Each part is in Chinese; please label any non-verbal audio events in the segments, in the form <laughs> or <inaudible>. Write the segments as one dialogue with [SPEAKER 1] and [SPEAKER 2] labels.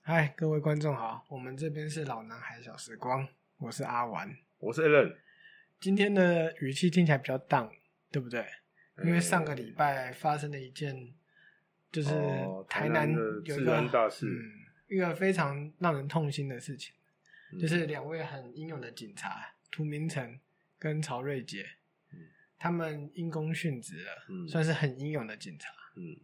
[SPEAKER 1] 嗨，各位观众好，我们这边是老男孩小时光，我是阿玩。
[SPEAKER 2] 我是 Allen，
[SPEAKER 1] 今天的语气听起来比较淡，对不对？因为上个礼
[SPEAKER 2] 拜
[SPEAKER 1] 拜发生了一件，就是
[SPEAKER 2] 哦台
[SPEAKER 1] 南
[SPEAKER 2] 南的
[SPEAKER 1] 有一
[SPEAKER 2] 治
[SPEAKER 1] 个
[SPEAKER 2] 安大事
[SPEAKER 1] 嗯，一个非常让人痛心的事情，
[SPEAKER 2] 嗯
[SPEAKER 1] 就是两位很英勇的警察涂明成跟曹瑞杰
[SPEAKER 2] 嗯，
[SPEAKER 1] 他们因公殉职了，
[SPEAKER 2] 嗯
[SPEAKER 1] 算是很英勇的警察。
[SPEAKER 2] 嗯，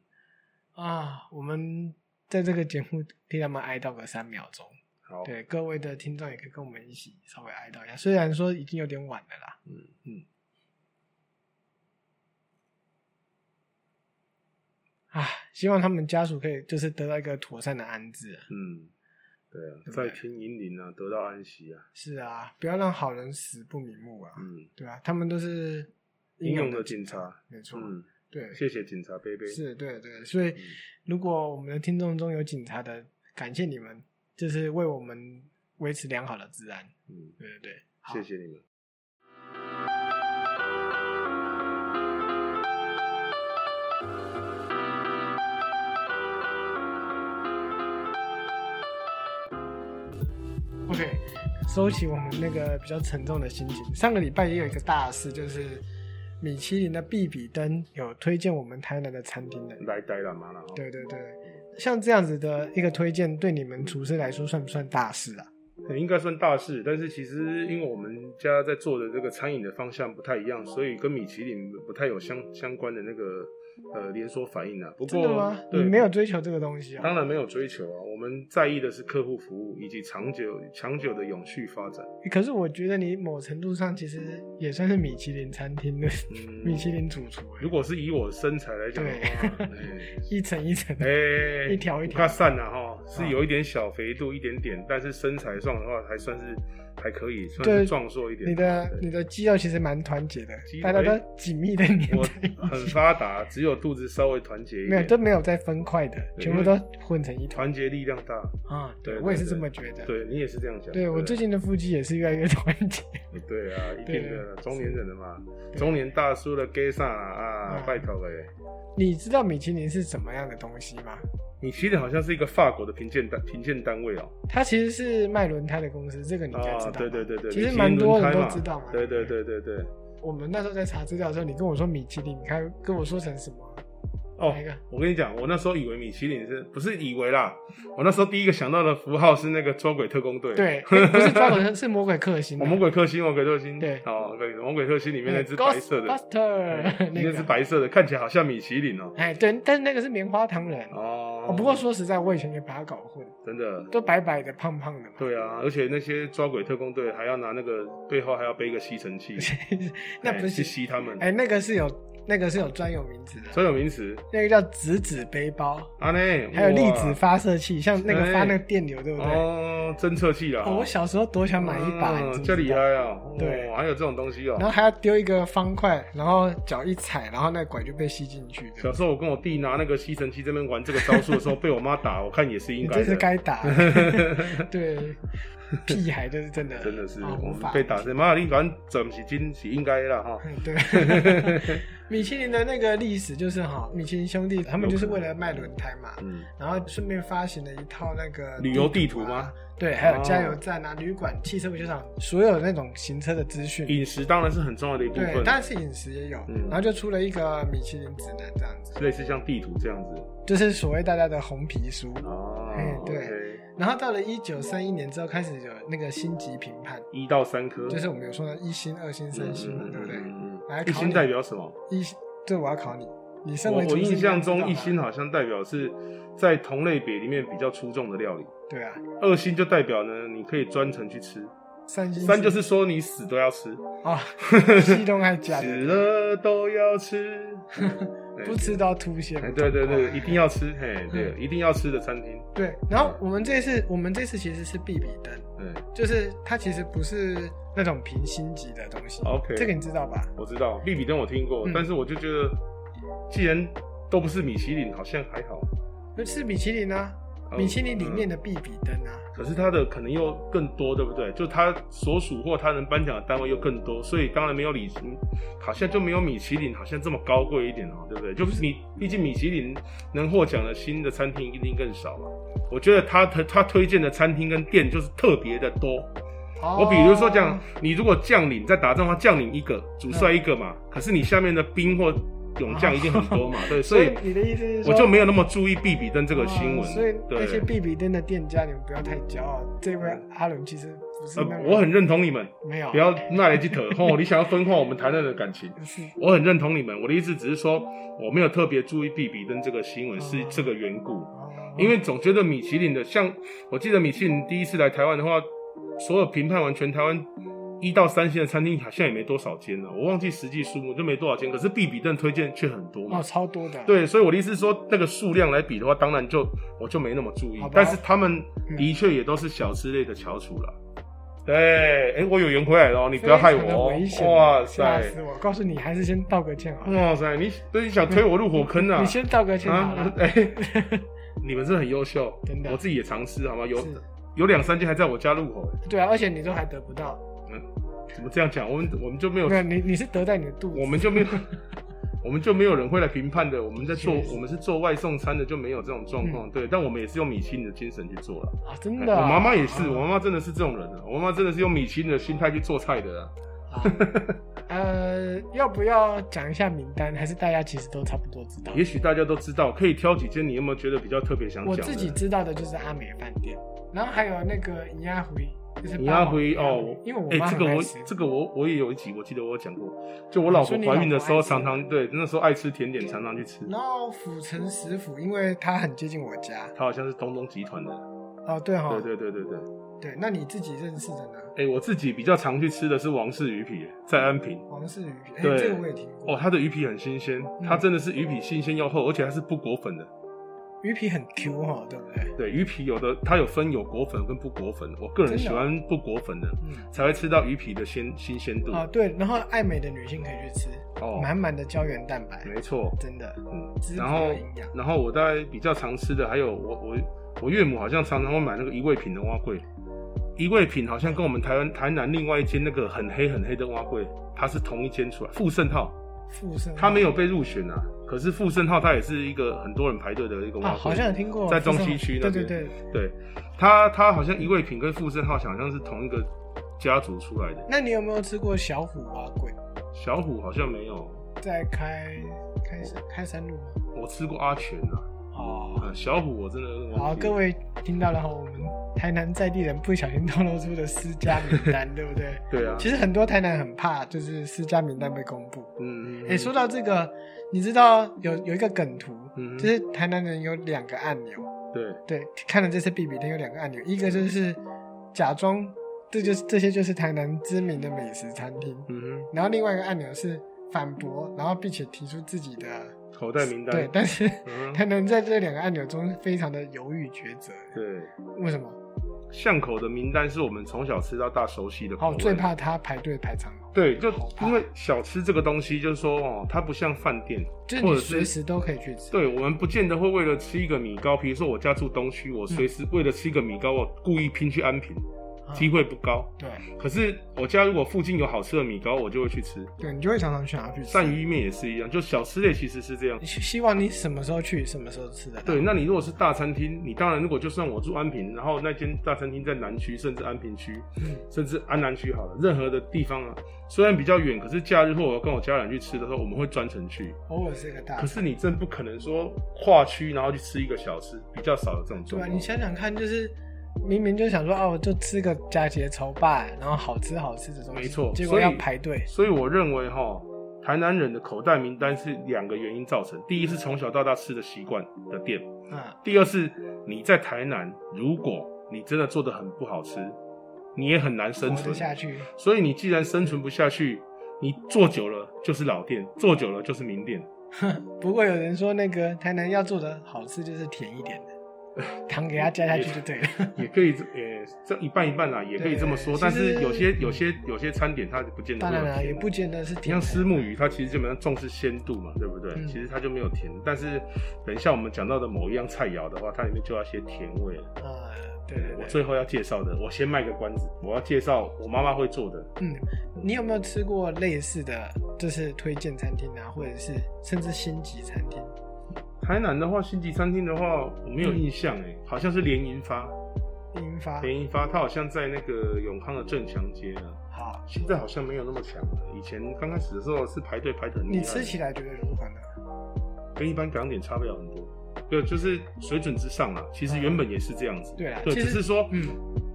[SPEAKER 1] 啊，我们在这个节目替他们哀悼个三秒钟。
[SPEAKER 2] 好，
[SPEAKER 1] 对，各位的听众也可以跟我们一起稍微哀悼一下，虽然说已经有点晚了啦。
[SPEAKER 2] 嗯
[SPEAKER 1] 嗯。啊，希望他们家属可以就是得到一个妥善的安置啊。
[SPEAKER 2] 嗯，对啊
[SPEAKER 1] 对，不对
[SPEAKER 2] 在天引领啊，得到安息啊，
[SPEAKER 1] 是啊，不要让好人死不瞑目啊。
[SPEAKER 2] 嗯，
[SPEAKER 1] 对啊，他们都是
[SPEAKER 2] 英勇的
[SPEAKER 1] 警
[SPEAKER 2] 警察，
[SPEAKER 1] 没错。
[SPEAKER 2] 嗯，
[SPEAKER 1] 对，
[SPEAKER 2] 谢谢警察贝贝，
[SPEAKER 1] 啊是，对对，所以如果我们的听众中有警察的，感谢你们，就是为我们维持良好的治安。
[SPEAKER 2] 嗯，
[SPEAKER 1] 对对对，好
[SPEAKER 2] 谢。谢你们，
[SPEAKER 1] OK，收起我们那个比较沉重的心情。上个礼拜也有一个大事，就是米其林的必比登有推荐我们台南的餐厅的。
[SPEAKER 2] 来呆了嘛了哈，
[SPEAKER 1] 对对对，像这样子的一个推荐，对你们厨师来说算不算大事啊？
[SPEAKER 2] 哦应该算大事，但是其实因为我们家在做的这个餐饮的方向不太一样，所以跟米其林不太有相相关的那个呃连锁反应啊。不
[SPEAKER 1] 真的
[SPEAKER 2] 过
[SPEAKER 1] 吗？你
[SPEAKER 2] 对，
[SPEAKER 1] 没有追求这个东西啊？
[SPEAKER 2] 当然没有追求啊，我们在意的是客户服务以及长久长久的永续发展。
[SPEAKER 1] 可是我觉得你某程度上其实也算是米其林餐厅的
[SPEAKER 2] 嗯
[SPEAKER 1] 米其林主厨欸、
[SPEAKER 2] 如果是以我身材来讲的话，
[SPEAKER 1] 一层一层
[SPEAKER 2] 哎、
[SPEAKER 1] 的， <laughs> 一条一条啊
[SPEAKER 2] 它散了哈，是有一点小肥度一点点，但是身材上的话还算是还可以，算
[SPEAKER 1] 对
[SPEAKER 2] 是壮硕一点。
[SPEAKER 1] 你的
[SPEAKER 2] 对
[SPEAKER 1] 你的肌肉其实蛮团结的
[SPEAKER 2] 肌，肉哎
[SPEAKER 1] 大家都紧密的粘
[SPEAKER 2] 我
[SPEAKER 1] 在一起，
[SPEAKER 2] 很发达，只有肚子稍微团结一
[SPEAKER 1] 没有都
[SPEAKER 2] 点，
[SPEAKER 1] 没有再分块的，
[SPEAKER 2] 对
[SPEAKER 1] 全部都混成一团
[SPEAKER 2] 团结力量大。
[SPEAKER 1] 啊！
[SPEAKER 2] 对
[SPEAKER 1] 对，
[SPEAKER 2] 对
[SPEAKER 1] 我也是这么觉得。
[SPEAKER 2] 对你也是这样讲。
[SPEAKER 1] 对我最近的腹肌也是越来越团结。
[SPEAKER 2] 对啊，一定的
[SPEAKER 1] 对
[SPEAKER 2] 中年人了嘛，
[SPEAKER 1] 对
[SPEAKER 2] 中年大叔的 gay 上啊，啊
[SPEAKER 1] 嗯
[SPEAKER 2] 拜托哎。
[SPEAKER 1] 你知道米其林是什么样的东西吗？
[SPEAKER 2] 你其实好像是一个法国的评鉴单评鉴单位哦、
[SPEAKER 1] 它其实是卖轮胎的公司，这个你应该知道
[SPEAKER 2] 啊，
[SPEAKER 1] 吧。
[SPEAKER 2] 对对对对，
[SPEAKER 1] 其实
[SPEAKER 2] 米其林
[SPEAKER 1] 蛮多人
[SPEAKER 2] 轮胎
[SPEAKER 1] 都
[SPEAKER 2] 嘛
[SPEAKER 1] 知道嘛。
[SPEAKER 2] 对对对对对，
[SPEAKER 1] 我们那时候在查资料的时候，你跟我说米其林，你还跟我说成什么？
[SPEAKER 2] 哦
[SPEAKER 1] 哪一个，
[SPEAKER 2] 我跟你讲，我那时候以为米其林是不是以为啦？我那时候第一个想到的符号是那个捉鬼特工队，
[SPEAKER 1] 对，诶不是抓狗人，是魔鬼克星啊。
[SPEAKER 2] <laughs> 我哦魔鬼克星，魔鬼克星，
[SPEAKER 1] 对
[SPEAKER 2] 哦，对，魔鬼克星里面那只白色的， <laughs> 嗯
[SPEAKER 1] Buster
[SPEAKER 2] 那
[SPEAKER 1] 呃那
[SPEAKER 2] 只
[SPEAKER 1] 个。
[SPEAKER 2] 白色的看起来好像米其林哦，
[SPEAKER 1] 哎，对，但是那个是棉花糖人。
[SPEAKER 2] 哦
[SPEAKER 1] 哦，，不过说实在，我以前也把它搞混，
[SPEAKER 2] 真的。
[SPEAKER 1] 都白白的、胖胖的嘛。
[SPEAKER 2] 对啊，而且那些抓鬼特工队还要拿那个背后还要背一个吸尘器，
[SPEAKER 1] <laughs> 那
[SPEAKER 2] 哎
[SPEAKER 1] 不
[SPEAKER 2] 去
[SPEAKER 1] 是，
[SPEAKER 2] 吸他们，
[SPEAKER 1] 哎，那个是有那个是有专有名词的，
[SPEAKER 2] 专有名词
[SPEAKER 1] 那个叫质子背包，
[SPEAKER 2] 啊呢，
[SPEAKER 1] 还有粒
[SPEAKER 2] 哇
[SPEAKER 1] 子发射器，像那个
[SPEAKER 2] 哎
[SPEAKER 1] 发那个电流，对不对？
[SPEAKER 2] 哦，侦测器啦，
[SPEAKER 1] 哦，我小时候多想买一把，你知
[SPEAKER 2] 嗯
[SPEAKER 1] 不
[SPEAKER 2] 这
[SPEAKER 1] 知
[SPEAKER 2] 厉
[SPEAKER 1] 道
[SPEAKER 2] 害啊！哦
[SPEAKER 1] 对
[SPEAKER 2] 还有这种东西
[SPEAKER 1] 然后
[SPEAKER 2] 哦。
[SPEAKER 1] 还要丢一个方块，然后脚一踩，然后那个拐就被吸进去。对
[SPEAKER 2] 小时候我跟我弟拿那个吸尘器这边玩这个招
[SPEAKER 1] <laughs>
[SPEAKER 2] 数的时候，被我妈打，我看也是应
[SPEAKER 1] 你
[SPEAKER 2] 该
[SPEAKER 1] 这是
[SPEAKER 2] 的。
[SPEAKER 1] 该
[SPEAKER 2] <laughs>
[SPEAKER 1] 打，对，屁孩就是真的，
[SPEAKER 2] <laughs> 真的是
[SPEAKER 1] 啊
[SPEAKER 2] 我
[SPEAKER 1] 无
[SPEAKER 2] 们
[SPEAKER 1] 法
[SPEAKER 2] 被打是妈，你反正怎么是金是应该的啦哈。
[SPEAKER 1] 嗯，对， <laughs> 米其林的那个历史就是哈，米其林兄弟他们就是为了卖轮胎嘛，
[SPEAKER 2] 嗯，
[SPEAKER 1] 然后顺便发行了一套那个
[SPEAKER 2] 旅游地
[SPEAKER 1] 图
[SPEAKER 2] 图
[SPEAKER 1] 啊
[SPEAKER 2] 吗？？
[SPEAKER 1] 对，还有
[SPEAKER 2] 哦
[SPEAKER 1] 加油站啊、旅馆、汽车维修厂，所有那种行车的资讯。
[SPEAKER 2] 饮食当然是很重要的一部
[SPEAKER 1] 对，
[SPEAKER 2] 分，
[SPEAKER 1] 当然是饮食也有，
[SPEAKER 2] 嗯
[SPEAKER 1] 然后就出了一个米其林指南这样子，
[SPEAKER 2] 类似像地图这样子。
[SPEAKER 1] 就是所谓大家的红皮书。
[SPEAKER 2] 哦
[SPEAKER 1] 哎，对
[SPEAKER 2] OK，
[SPEAKER 1] 然后到了一九三一年之后，开始有那个星级评判，
[SPEAKER 2] 一到三颗，
[SPEAKER 1] 就是我们有说的一星、二星、三星嘛，对不对？
[SPEAKER 2] 嗯
[SPEAKER 1] 来
[SPEAKER 2] 一
[SPEAKER 1] 考你
[SPEAKER 2] 星代表什么？
[SPEAKER 1] 一星，这我要考你，你身
[SPEAKER 2] 我
[SPEAKER 1] 为
[SPEAKER 2] 我
[SPEAKER 1] 厨师
[SPEAKER 2] 印象
[SPEAKER 1] 你
[SPEAKER 2] 中
[SPEAKER 1] 应
[SPEAKER 2] 一
[SPEAKER 1] 该知
[SPEAKER 2] 星
[SPEAKER 1] 道吧
[SPEAKER 2] 好像代表是在同类别里面比较出众的料理。
[SPEAKER 1] 对啊，
[SPEAKER 2] 二星就代表呢，你可以专程去吃；
[SPEAKER 1] 三星
[SPEAKER 2] 三就是说你死都要吃， <laughs>
[SPEAKER 1] 啊， <laughs> 西东还假
[SPEAKER 2] 死 <laughs>
[SPEAKER 1] 的，
[SPEAKER 2] 了都要吃， <laughs> 嗯
[SPEAKER 1] 不吃。到嗯吐血
[SPEAKER 2] 哎。对对对，一定
[SPEAKER 1] 要
[SPEAKER 2] 要吃，嘿，对，一定要吃的餐厅，
[SPEAKER 1] 对。然后我们这次，我们这次其实是必比登，
[SPEAKER 2] 嗯，
[SPEAKER 1] 就是它其实不是那种平星级的东西。
[SPEAKER 2] OK
[SPEAKER 1] 这个你知道吧？
[SPEAKER 2] 我知道，必比登我听过
[SPEAKER 1] 嗯，
[SPEAKER 2] 但是我就觉得，既然都不是米其林，好像还好，
[SPEAKER 1] 就是米其林啊，
[SPEAKER 2] 呃
[SPEAKER 1] 米其林里面的必比登啊，
[SPEAKER 2] 可是它的可能又更多，对不对？就它所属或它能颁奖的单位又更多，所以当然没有米，好像就没有米其林好像这么高贵一点哦，对
[SPEAKER 1] 嗯
[SPEAKER 2] 不对？就是你，毕竟米其林能获奖的新的餐厅一定更少嘛。我觉得他他他推荐的餐厅跟店就是特别的多。我比如说讲
[SPEAKER 1] 哦，，
[SPEAKER 2] 你如果将领在打仗的话，将领一个，主帅一个嘛，
[SPEAKER 1] 嗯
[SPEAKER 2] 可是你下面的兵或勇将一定很多嘛，
[SPEAKER 1] <laughs>
[SPEAKER 2] 对，所
[SPEAKER 1] 所
[SPEAKER 2] 以
[SPEAKER 1] 以你的意思是说
[SPEAKER 2] 我就没有那么注意比比登这个新闻、
[SPEAKER 1] 哦所以那些
[SPEAKER 2] 对。
[SPEAKER 1] 必比登的店家，你们不要太骄傲。这位阿伦其实不是
[SPEAKER 2] 呃
[SPEAKER 1] 那，个，
[SPEAKER 2] 我很认同你们，
[SPEAKER 1] 没有，
[SPEAKER 2] 不要那雷吉特吼！你想要分化我们谈论的感情，
[SPEAKER 1] 是
[SPEAKER 2] 我很认同你们。我的意思只是说，我没有特别注意比比登这个新闻是这个缘故，
[SPEAKER 1] 哦
[SPEAKER 2] 因为总觉得米其林的，像我记得米其林第一次来台湾的话，所有评判完全台湾一到三星的餐厅好像也没多少间了，我忘记实际数目就没多少间，可是比比登推荐却很多嘛
[SPEAKER 1] 哦。超多的，，
[SPEAKER 2] 对，所以我的意思是说，那个数量来比的话，当然就我就没那么注意
[SPEAKER 1] 好吧。
[SPEAKER 2] 但是他们的确也都是小吃类的翘楚了。对，哎、我有缘回来了哦，你不要害我
[SPEAKER 1] 危险，啊
[SPEAKER 2] 哦！哇
[SPEAKER 1] 吓
[SPEAKER 2] 塞，
[SPEAKER 1] 死我！告诉你，还是先道个歉好了。
[SPEAKER 2] 哇塞，你对你想推我入火坑
[SPEAKER 1] <laughs>
[SPEAKER 2] 啊？
[SPEAKER 1] 你先道个歉好
[SPEAKER 2] 啊
[SPEAKER 1] 了，，
[SPEAKER 2] 哎、你们是很优秀，
[SPEAKER 1] <laughs> 真的
[SPEAKER 2] 我自己也尝试好吗？有
[SPEAKER 1] 是
[SPEAKER 2] 有两三间还在我家入口，
[SPEAKER 1] 对啊，而且你都还得不到，
[SPEAKER 2] 怎么这样讲？我们我们就没有
[SPEAKER 1] 没有你你是得在你的肚子，
[SPEAKER 2] 我们就没有， <laughs> 我们就没有人会来评判的。我们在做
[SPEAKER 1] 确，实嗯
[SPEAKER 2] 我们是做外送餐的，就没有这种状况。对，但我们也是用米其林的精神去做了。
[SPEAKER 1] 啊，真
[SPEAKER 2] 哎
[SPEAKER 1] 的啊，
[SPEAKER 2] 我妈妈也是，
[SPEAKER 1] 啊
[SPEAKER 2] 我妈妈真的是这种人啊。我妈妈真的是用米其林的心态去做菜的啊。
[SPEAKER 1] 好呃，要不要讲一下名单？还是大家其实都差不多知道？
[SPEAKER 2] 也许大家都知道，可以挑几间，你有没有觉得比较特别想讲
[SPEAKER 1] 我
[SPEAKER 2] 的？
[SPEAKER 1] 自己知道的就是阿美饭店，然后还有那个银鸭回，就是
[SPEAKER 2] 你
[SPEAKER 1] 八
[SPEAKER 2] 要
[SPEAKER 1] 宝
[SPEAKER 2] 回
[SPEAKER 1] 银鸭
[SPEAKER 2] 哦
[SPEAKER 1] 回，因为我
[SPEAKER 2] 哎、
[SPEAKER 1] 妈
[SPEAKER 2] 这个
[SPEAKER 1] 很爱
[SPEAKER 2] 我
[SPEAKER 1] 吃哦
[SPEAKER 2] 这个我我也有一集，我记得我有讲过，就我老婆
[SPEAKER 1] 说你
[SPEAKER 2] 怀孕的
[SPEAKER 1] 老婆
[SPEAKER 2] 时候，
[SPEAKER 1] 爱吃
[SPEAKER 2] 常常对那时候爱吃甜点，常常去吃。
[SPEAKER 1] 然后府城食府，因为它很接近我家。
[SPEAKER 2] 她好像是东东集团的，
[SPEAKER 1] 哦，对哈、
[SPEAKER 2] 对对对对对。
[SPEAKER 1] 对那你自己认识的呢？
[SPEAKER 2] 哎、我自己比较常去吃的是王氏鱼皮，在安平。
[SPEAKER 1] 王氏鱼皮，哎，
[SPEAKER 2] 对
[SPEAKER 1] 这个我也听过。
[SPEAKER 2] 哦，它的鱼皮很新鲜，
[SPEAKER 1] 嗯
[SPEAKER 2] 它真的是鱼皮新鲜又厚，而且它是不裹粉的。
[SPEAKER 1] 鱼皮很 Q 哈、对不对？
[SPEAKER 2] 对，鱼皮有的它有分有裹粉跟不裹粉，我个
[SPEAKER 1] 真
[SPEAKER 2] 人
[SPEAKER 1] 的
[SPEAKER 2] 喜
[SPEAKER 1] 哦
[SPEAKER 2] 欢不裹粉的，
[SPEAKER 1] 嗯。
[SPEAKER 2] 才会吃到鱼皮的鲜新鲜度。
[SPEAKER 1] 哦，对，然后爱美的女性可以去吃，
[SPEAKER 2] 哦，
[SPEAKER 1] 满满的胶原蛋白，
[SPEAKER 2] 没错。
[SPEAKER 1] 真的
[SPEAKER 2] 嗯，
[SPEAKER 1] 滋补
[SPEAKER 2] 然后
[SPEAKER 1] 有营养。
[SPEAKER 2] 然后我大概比较常吃的还有我我我岳母好像常常会买那个一味品的蛙桂，一味品好像跟我们台湾台南另外一间那个很黑很黑的蛙桂，它是同一间出来，富盛号。
[SPEAKER 1] 附身
[SPEAKER 2] 他没有被入选啊，可是傅盛浩他也是一个很多人排队的一个
[SPEAKER 1] 啊，
[SPEAKER 2] 蛙
[SPEAKER 1] 好
[SPEAKER 2] 会。
[SPEAKER 1] 像有听过，
[SPEAKER 2] 在
[SPEAKER 1] 附
[SPEAKER 2] 中
[SPEAKER 1] 身
[SPEAKER 2] 西区那
[SPEAKER 1] 对对
[SPEAKER 2] 边
[SPEAKER 1] 对，
[SPEAKER 2] 对他他好像一味品跟傅盛浩好像是同一个家族出来的。
[SPEAKER 1] 那你有没有吃过小虎蛙贵？
[SPEAKER 2] 小虎好像没有，
[SPEAKER 1] 在开开山开山路吗？
[SPEAKER 2] 我吃过阿全啊，
[SPEAKER 1] 哦，
[SPEAKER 2] 啊小虎我真的忘记了
[SPEAKER 1] 好，各位听到了哈，我们台南在地人不小心透露出的私家名
[SPEAKER 2] <laughs>
[SPEAKER 1] 单，对不对？
[SPEAKER 2] 对啊，
[SPEAKER 1] 其实很多台南很怕，就是私家名单被公布。
[SPEAKER 2] 嗯
[SPEAKER 1] 哎、说到这个，你知道有有一个梗图，
[SPEAKER 2] 嗯哼
[SPEAKER 1] 就是台南人有两个按钮，
[SPEAKER 2] 对
[SPEAKER 1] 对，看了这次 B B 灯有两个按钮，一个就是假装，这就是这些就是台南知名的美食餐厅，
[SPEAKER 2] 嗯
[SPEAKER 1] 然后另外一个按钮是反驳，然后并且提出自己的
[SPEAKER 2] 哼口袋名单
[SPEAKER 1] 对，但是
[SPEAKER 2] 嗯
[SPEAKER 1] 他
[SPEAKER 2] 哼
[SPEAKER 1] 能在这两个按钮中非常的犹豫抉择，
[SPEAKER 2] 对
[SPEAKER 1] 为什么？
[SPEAKER 2] 巷口的名单是我们从小吃到大熟悉的口
[SPEAKER 1] 哦，
[SPEAKER 2] 味。
[SPEAKER 1] 我最怕他排队排长龙，
[SPEAKER 2] 对，就
[SPEAKER 1] 好怕
[SPEAKER 2] 因为小吃这个东西，就是说哦，它不像饭店，
[SPEAKER 1] 就是
[SPEAKER 2] 或
[SPEAKER 1] 你
[SPEAKER 2] 者
[SPEAKER 1] 随
[SPEAKER 2] 是
[SPEAKER 1] 时都可以去吃。
[SPEAKER 2] 对，我们不见得会为了吃一个米糕，比如说我家住东区，我随时为了吃一个米糕，我故意拼去安平，
[SPEAKER 1] 嗯
[SPEAKER 2] 机会不高。
[SPEAKER 1] 对
[SPEAKER 2] 可是我家如果附近有好吃的米糕，我就会去吃。
[SPEAKER 1] 对，你就会常常想要去吃。
[SPEAKER 2] 鳝鱼面也是一样，就小吃类其实是这样
[SPEAKER 1] 你。希希望你什么时候去，什么时候吃的。
[SPEAKER 2] 对，那你如果是大餐厅，你当然如果就算我住安平，然后那间大餐厅在南区，甚至安平区，
[SPEAKER 1] 嗯，
[SPEAKER 2] 甚至安南区好了，任何的地方啊，虽然比较远，可是假日或我要跟我家人去吃的时候，我们会专程去。
[SPEAKER 1] 偶尔是个大
[SPEAKER 2] 可。是你真不可能说跨区然后去吃一个小吃，比较少有这种状
[SPEAKER 1] 对啊，
[SPEAKER 2] 况。
[SPEAKER 1] 你想想看，就是明明就想说哦，我就吃个佳节愁霸，然后好吃好吃的东西，
[SPEAKER 2] 没错
[SPEAKER 1] 结
[SPEAKER 2] 所
[SPEAKER 1] 果
[SPEAKER 2] 以
[SPEAKER 1] 要排队。
[SPEAKER 2] 所以我认为哈，台南人的口袋名单是两个原因造成：第一是从小到大吃的习惯的店；
[SPEAKER 1] 嗯，
[SPEAKER 2] 第二是你在台南，如果你真的做的很不好吃，你也很难生
[SPEAKER 1] 活得
[SPEAKER 2] 存。
[SPEAKER 1] 下去。 <laughs>
[SPEAKER 2] 所以你既然生存不下去，你做久了就是老店，做久了就是名店。
[SPEAKER 1] 不过有人说那个台南要做的好吃就是甜一点的，糖给它加下去就对了。
[SPEAKER 2] 也可以，也这一半一半啦，也可以这么说。
[SPEAKER 1] 对
[SPEAKER 2] 但是有
[SPEAKER 1] 其
[SPEAKER 2] 些
[SPEAKER 1] 实
[SPEAKER 2] 有些有些餐点它不见得
[SPEAKER 1] <laughs> 当
[SPEAKER 2] 会
[SPEAKER 1] 然
[SPEAKER 2] 有
[SPEAKER 1] 了，也
[SPEAKER 2] 甜。
[SPEAKER 1] 不见得是
[SPEAKER 2] 你
[SPEAKER 1] 甜
[SPEAKER 2] 像
[SPEAKER 1] 的。
[SPEAKER 2] 石目鱼，它其实基本上重视鲜度嘛，对不对？
[SPEAKER 1] 嗯
[SPEAKER 2] 其实它就没有甜，但是等一下我们讲到的某一样菜肴的话，它里面就要一些甜味了。
[SPEAKER 1] 呃，对对
[SPEAKER 2] 我
[SPEAKER 1] 对。
[SPEAKER 2] 最后要介绍的，我先卖个关子，我要介绍我妈妈会做的。
[SPEAKER 1] 嗯你有没有吃过类似的，就是推荐餐厅啊，或者是甚至星级餐厅？
[SPEAKER 2] 台南的话，星级餐厅的话，我没有印象哎、好像是联营发，
[SPEAKER 1] 英发
[SPEAKER 2] 联营发，它好像在那个永康的正强街啊，
[SPEAKER 1] 好，
[SPEAKER 2] 现在好像没有那么强了。以前刚开始的时候是排队排的很厉害，
[SPEAKER 1] 你吃起来觉得如何呢？
[SPEAKER 2] 跟一般港点差不了很多，对，就是水准之上啊。其实原本也是这样子，
[SPEAKER 1] 对啦
[SPEAKER 2] 对，
[SPEAKER 1] 其
[SPEAKER 2] 只
[SPEAKER 1] 实
[SPEAKER 2] 是说，
[SPEAKER 1] 嗯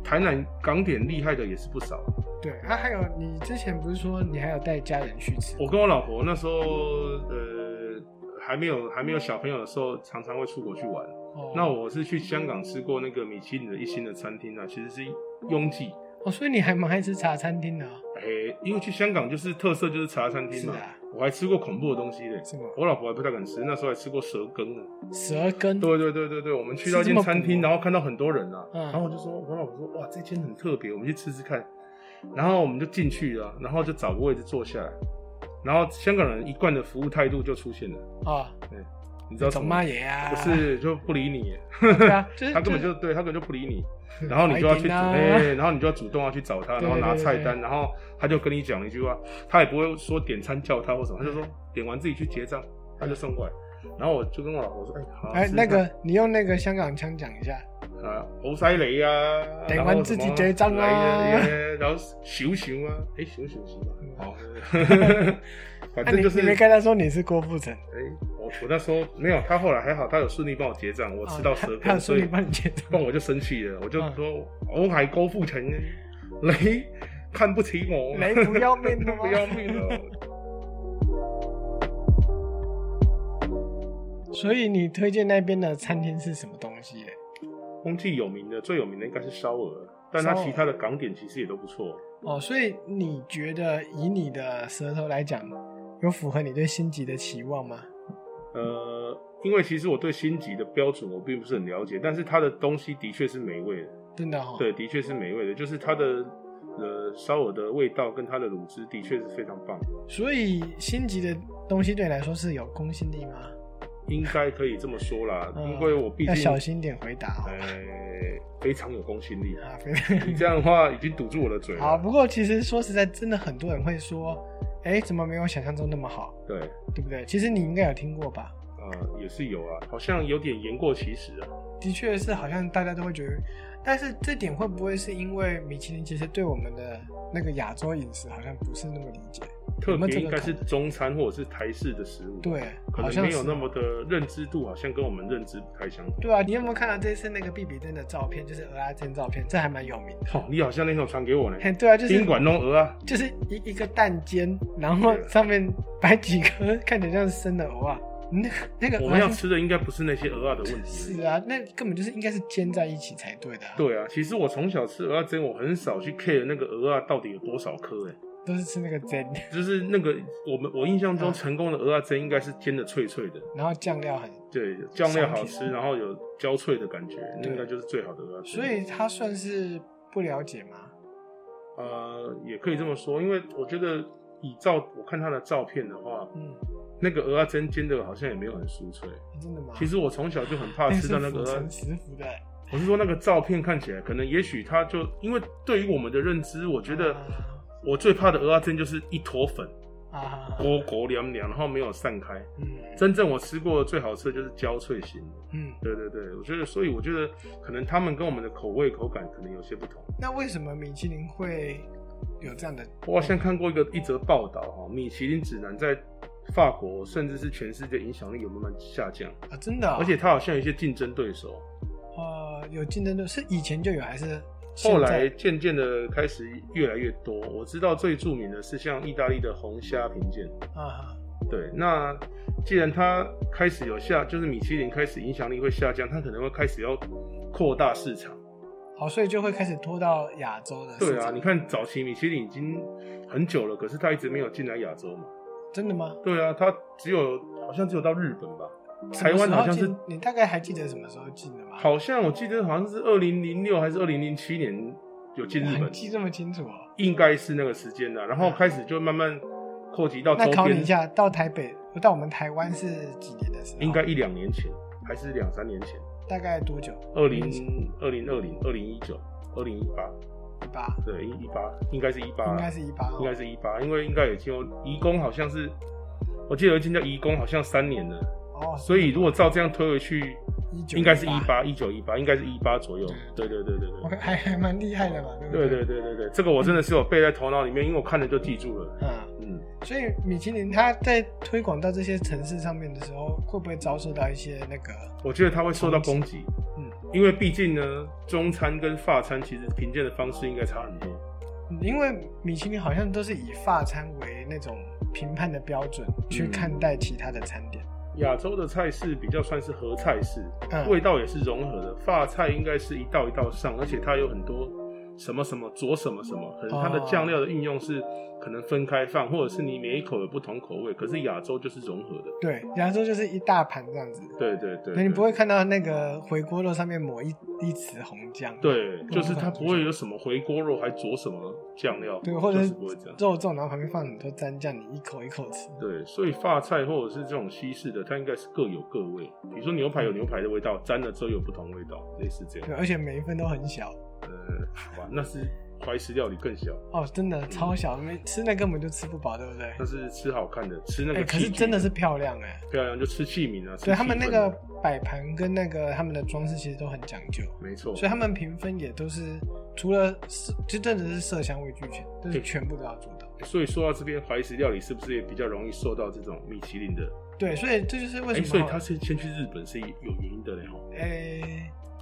[SPEAKER 2] 台南港点厉害的也是不少啊。
[SPEAKER 1] 对啊，还有你之前不是说你还有带家人去吃？
[SPEAKER 2] 我跟我老婆那时候，呃，还没有还没有小朋友的时候，常常会出国去玩。
[SPEAKER 1] 哦
[SPEAKER 2] 那我是去香港吃过那个米其林的一星的餐厅啊，其实是拥挤。
[SPEAKER 1] 哦，所以你还蛮爱吃茶餐厅的、哦，
[SPEAKER 2] 哎、因为去香港就是特色就是茶餐厅
[SPEAKER 1] 是
[SPEAKER 2] 嘛，
[SPEAKER 1] 啊，
[SPEAKER 2] 我还吃过恐怖的东西嘞。
[SPEAKER 1] 什么
[SPEAKER 2] 我老婆还不太敢吃，那时候还吃过蛇羹呢。啊
[SPEAKER 1] 蛇羹？
[SPEAKER 2] 对对对对对，我们去
[SPEAKER 1] 是
[SPEAKER 2] 到一
[SPEAKER 1] 这
[SPEAKER 2] 间
[SPEAKER 1] 么
[SPEAKER 2] 餐
[SPEAKER 1] 补
[SPEAKER 2] 厅，
[SPEAKER 1] 哦
[SPEAKER 2] 然后看到很多人啊，
[SPEAKER 1] 嗯
[SPEAKER 2] 然后我就说，我老婆说，哇，这间很特别，我们去吃吃看。然后我们就进去了，然后就找个位置坐下来，然后香港人一贯的服务态度就出现了，
[SPEAKER 1] 哦，
[SPEAKER 2] 你知道什
[SPEAKER 1] 总
[SPEAKER 2] 么
[SPEAKER 1] 妈
[SPEAKER 2] 吗？
[SPEAKER 1] 爷啊，
[SPEAKER 2] 不是就不理你，
[SPEAKER 1] 对啊，就是
[SPEAKER 2] 他根本
[SPEAKER 1] 是
[SPEAKER 2] 就对他根本就不理你，然后你就要去主，
[SPEAKER 1] 白天啊
[SPEAKER 2] 哎、然后你就要主动要去找他，
[SPEAKER 1] 对
[SPEAKER 2] 然后拿菜
[SPEAKER 1] 对对
[SPEAKER 2] 单，然后他就跟你讲了一句话，他也不会说点餐叫他或什么，他就说点完自己去结账，他就送过来。然后我就跟我老婆说，哎、好，
[SPEAKER 1] 哎，
[SPEAKER 2] 试试
[SPEAKER 1] 那
[SPEAKER 2] 看
[SPEAKER 1] 个你用那个香港腔讲一下，
[SPEAKER 2] 啊，好犀利啊！
[SPEAKER 1] 訂
[SPEAKER 2] 然後
[SPEAKER 1] 婚自己結
[SPEAKER 2] 什
[SPEAKER 1] 婚
[SPEAKER 2] 麼
[SPEAKER 1] 啊
[SPEAKER 2] 嚟嘅然後小小啊，哎、小小小啊，好，反
[SPEAKER 1] 那、
[SPEAKER 2] 正
[SPEAKER 1] 啊你
[SPEAKER 2] 就是
[SPEAKER 1] 你没跟他说你是郭富城，
[SPEAKER 2] 哎、我我那时候没有，他后来还好，他有顺利帮我结账，我吃到蛇
[SPEAKER 1] 哦他他
[SPEAKER 2] 羹，
[SPEAKER 1] 有
[SPEAKER 2] 所
[SPEAKER 1] 说你
[SPEAKER 2] 以
[SPEAKER 1] 帮你
[SPEAKER 2] <laughs>
[SPEAKER 1] 接的，
[SPEAKER 2] 帮我就生气了，我就
[SPEAKER 1] 嗯
[SPEAKER 2] 说、我係高富城，你看不起我，
[SPEAKER 1] 雷不要命的吗？
[SPEAKER 2] <laughs> 不要命了。
[SPEAKER 1] 所以你推荐那边的餐厅是什么东西耶？
[SPEAKER 2] 空气有名的最有名的应该是烧鹅，但它
[SPEAKER 1] 燒鵝
[SPEAKER 2] 其他的港点其实也都不错。
[SPEAKER 1] 哦，所以你觉得以你的舌头来讲，有符合你对星级的期望吗？
[SPEAKER 2] 呃，因为其实我对星级的标准我并不是很了解，但是它的东西的确是美味的，
[SPEAKER 1] 真的哦，
[SPEAKER 2] 对，的确是美味的，就是它的呃烧鹅的味道跟它的卤汁的确是非常棒，
[SPEAKER 1] 所以星级的东西对你来说是有公信力吗？
[SPEAKER 2] 应该可以这么说啦，
[SPEAKER 1] 嗯
[SPEAKER 2] 因为我毕
[SPEAKER 1] 要
[SPEAKER 2] 竟
[SPEAKER 1] 小心点回答哦。
[SPEAKER 2] 呃非常有公信
[SPEAKER 1] <laughs>
[SPEAKER 2] 力，
[SPEAKER 1] 啊，非常
[SPEAKER 2] 你 <laughs> 这样的话已经堵住我的嘴
[SPEAKER 1] 好。
[SPEAKER 2] 了，
[SPEAKER 1] 不过其实说实在，真的很多人会说，哎、怎么没有想象中那么好，
[SPEAKER 2] 对，
[SPEAKER 1] 对不对？其实你应该有听过吧？
[SPEAKER 2] 呃也是有啊，好像有点言过其实啊，
[SPEAKER 1] 的确是，好像大家都会觉得，但是这点会不会是因为米其林其实对我们的那个亚洲饮食好像不是那么理解？
[SPEAKER 2] 特
[SPEAKER 1] 我们
[SPEAKER 2] 别
[SPEAKER 1] 这个
[SPEAKER 2] 应该
[SPEAKER 1] 可
[SPEAKER 2] 是中餐或者是台式的食物，，
[SPEAKER 1] 对，
[SPEAKER 2] 可
[SPEAKER 1] 好
[SPEAKER 2] 能
[SPEAKER 1] 像
[SPEAKER 2] 没有
[SPEAKER 1] 是
[SPEAKER 2] 那么的认知度，好像跟我们认知不太相同。
[SPEAKER 1] 对啊，你有没有看到这次那个比比登的照片，就是鹅阿珍照片，这还蛮有名的。
[SPEAKER 2] 哦，你好像那时候传给我呢，
[SPEAKER 1] 嘿，对啊，就是
[SPEAKER 2] 宾馆弄鹅啊，
[SPEAKER 1] 就是一一个蛋煎，然后上面摆几颗看起来像是生的鹅啊，那个那个
[SPEAKER 2] 我
[SPEAKER 1] 鹅
[SPEAKER 2] 们
[SPEAKER 1] 啊
[SPEAKER 2] 要吃的应该不是那些鹅啊的问题。
[SPEAKER 1] 是啊，那根本就是应该是煎在一起才对的、啊，，
[SPEAKER 2] 对啊，其实我从小吃鹅啊煎，我很少去 care 那个鹅啊到底有多少颗，哎，
[SPEAKER 1] 都是吃那个煎，
[SPEAKER 2] 就是那个我们我印象中
[SPEAKER 1] 嗯
[SPEAKER 2] 成功的鹅啊煎应该是煎的脆脆的，
[SPEAKER 1] 然后酱料很，
[SPEAKER 2] 对，酱料好
[SPEAKER 1] 香
[SPEAKER 2] 吃，然后有焦脆的感觉，那
[SPEAKER 1] 对
[SPEAKER 2] 应该就是最好的鹅啊煎。
[SPEAKER 1] 所以他算是不了解吗？
[SPEAKER 2] 呃，也可以这么说，因为我觉得以照我看他的照片的话，
[SPEAKER 1] 嗯，
[SPEAKER 2] 那个鹅啊煎煎的好像也没有很酥脆。
[SPEAKER 1] 真的吗？哎
[SPEAKER 2] 其实我从小就很怕吃到那个鹅
[SPEAKER 1] 啊是
[SPEAKER 2] 啊
[SPEAKER 1] 腐。蚀服的，欸
[SPEAKER 2] 我是说那个照片看起来，可能也许它就因为对于我们的认知，我觉得我最怕的鹅啊煎就是一坨粉，
[SPEAKER 1] 啊啊，
[SPEAKER 2] 锅锅凉凉，然后没有散开。
[SPEAKER 1] 嗯
[SPEAKER 2] 真正我吃过最好吃的就是焦脆型的。
[SPEAKER 1] 嗯，
[SPEAKER 2] 对对对，我觉得，所以我觉得可能他们跟我们的口味口感可能有些不同。
[SPEAKER 1] 那为什么米其林会有这样的？
[SPEAKER 2] 我好像看过一个一则报道哈，米其林指南在法国甚至是全世界影响力有慢慢下降，
[SPEAKER 1] 啊，真的啊、
[SPEAKER 2] 而且它好像有一些竞争对手。
[SPEAKER 1] 呃有竞争对手，是以前就有还是现在？
[SPEAKER 2] 后来渐渐的开始越来越多。我知道最著名的是像意大利的红虾评鉴，
[SPEAKER 1] 啊，
[SPEAKER 2] 对。那既然它开始有下，就是米其林开始影响力会下降，它可能会开始要扩大市场。
[SPEAKER 1] 好，哦所以就会开始拖到亚洲的市
[SPEAKER 2] 对啊，
[SPEAKER 1] 场
[SPEAKER 2] 你看早期米其林已经很久了，可是它一直没有进来亚洲嘛。
[SPEAKER 1] 真的吗？
[SPEAKER 2] 对啊，它只有好像只有到日本吧，
[SPEAKER 1] 什么
[SPEAKER 2] 台湾好像
[SPEAKER 1] 时候
[SPEAKER 2] 是
[SPEAKER 1] 进你大概还记得什么时候进的吗？
[SPEAKER 2] 好像我记得好像是二零零六还是二零零七年有进日
[SPEAKER 1] 哇，你
[SPEAKER 2] 本，
[SPEAKER 1] 记这么清楚哦。
[SPEAKER 2] 应该是那个时间的。然后开始就慢慢扩及到周
[SPEAKER 1] 那考你
[SPEAKER 2] 边
[SPEAKER 1] 一，下，到台北，到我们台湾是几年的时候？
[SPEAKER 2] 应该一两年前还是两三年前，
[SPEAKER 1] 大概多久？
[SPEAKER 2] 二零二零二零二零一九二零一八，
[SPEAKER 1] 一八，
[SPEAKER 2] 对，一八应该是一八，
[SPEAKER 1] 应该是一八、哦
[SPEAKER 2] 应该是一八，因为应该也进入移工，好像是我记得有一间叫移工，好像三年了，
[SPEAKER 1] 哦，
[SPEAKER 2] 所以如果照这样推回去，
[SPEAKER 1] 一九
[SPEAKER 2] 应该是一。八一九一八，应该是一八左右。对对对对
[SPEAKER 1] 我
[SPEAKER 2] 对，
[SPEAKER 1] 还还蛮厉害的嘛，对不
[SPEAKER 2] 对
[SPEAKER 1] 对
[SPEAKER 2] 对对对对，这个我真的是有背在头脑里面，因为我看了就记住了。
[SPEAKER 1] 嗯，
[SPEAKER 2] 嗯，
[SPEAKER 1] 所以米其林它在推广到这些城市上面的时候，会不会遭受到一些那个？
[SPEAKER 2] 我觉得他会受到攻击，
[SPEAKER 1] 嗯，
[SPEAKER 2] 因为毕竟呢，中餐跟法餐其实评鉴的方式应该差很多。
[SPEAKER 1] 嗯因为米其林好像都是以法餐为那种评判的标准
[SPEAKER 2] 嗯
[SPEAKER 1] 去看待其他的餐点。
[SPEAKER 2] 亚洲的菜式比较算是合菜式，
[SPEAKER 1] 嗯
[SPEAKER 2] 味道也是融合的。法菜应该是一道一道上，而且它有很多什么什么佐什么什么，可能它的
[SPEAKER 1] 哦
[SPEAKER 2] 酱料的运用是可能分开放，或者是你每一口有不同口味。可是亚洲就是融合的，
[SPEAKER 1] 对，亚洲就是一大盘这样子。
[SPEAKER 2] 对对对
[SPEAKER 1] 那你
[SPEAKER 2] 对
[SPEAKER 1] 不会看到那个回锅肉上面抹一一匙红酱，
[SPEAKER 2] 对，就是它不会有什么回锅肉还佐什么酱料，
[SPEAKER 1] 对，或者
[SPEAKER 2] 就是是不会这样。
[SPEAKER 1] 肉粽，然后旁边放很多蘸酱，你一口一口吃。
[SPEAKER 2] 对，所以法菜或者是这种西式的，它应该是各有各味。比如说牛排有牛排的味道，沾了之后有不同味道，类似这样
[SPEAKER 1] 对，。而且每一份都很小
[SPEAKER 2] 呃，好吧，那是怀石料理更小。
[SPEAKER 1] 哦，真的超小，没吃那根本就吃不饱，对不对？
[SPEAKER 2] 但是吃好看的，吃那
[SPEAKER 1] 哎、
[SPEAKER 2] 个器
[SPEAKER 1] 可
[SPEAKER 2] 具、
[SPEAKER 1] 是真的是漂亮哎、
[SPEAKER 2] 漂亮，就吃器皿啊。吃
[SPEAKER 1] 对他们
[SPEAKER 2] 器
[SPEAKER 1] 那
[SPEAKER 2] 皿
[SPEAKER 1] 个摆盘跟那个他们的装饰其实都很讲究，
[SPEAKER 2] 没错，
[SPEAKER 1] 所以他们评分也都是除了色，就真的是色香味俱全，就是全部都要做到。
[SPEAKER 2] 所以说到这边，怀石料理是不是也比较容易受到这种米其林的？
[SPEAKER 1] 对，所以这就是为
[SPEAKER 2] 哎、
[SPEAKER 1] 什么，
[SPEAKER 2] 所以他是先去日本是有原因的嘞吼。
[SPEAKER 1] 哎、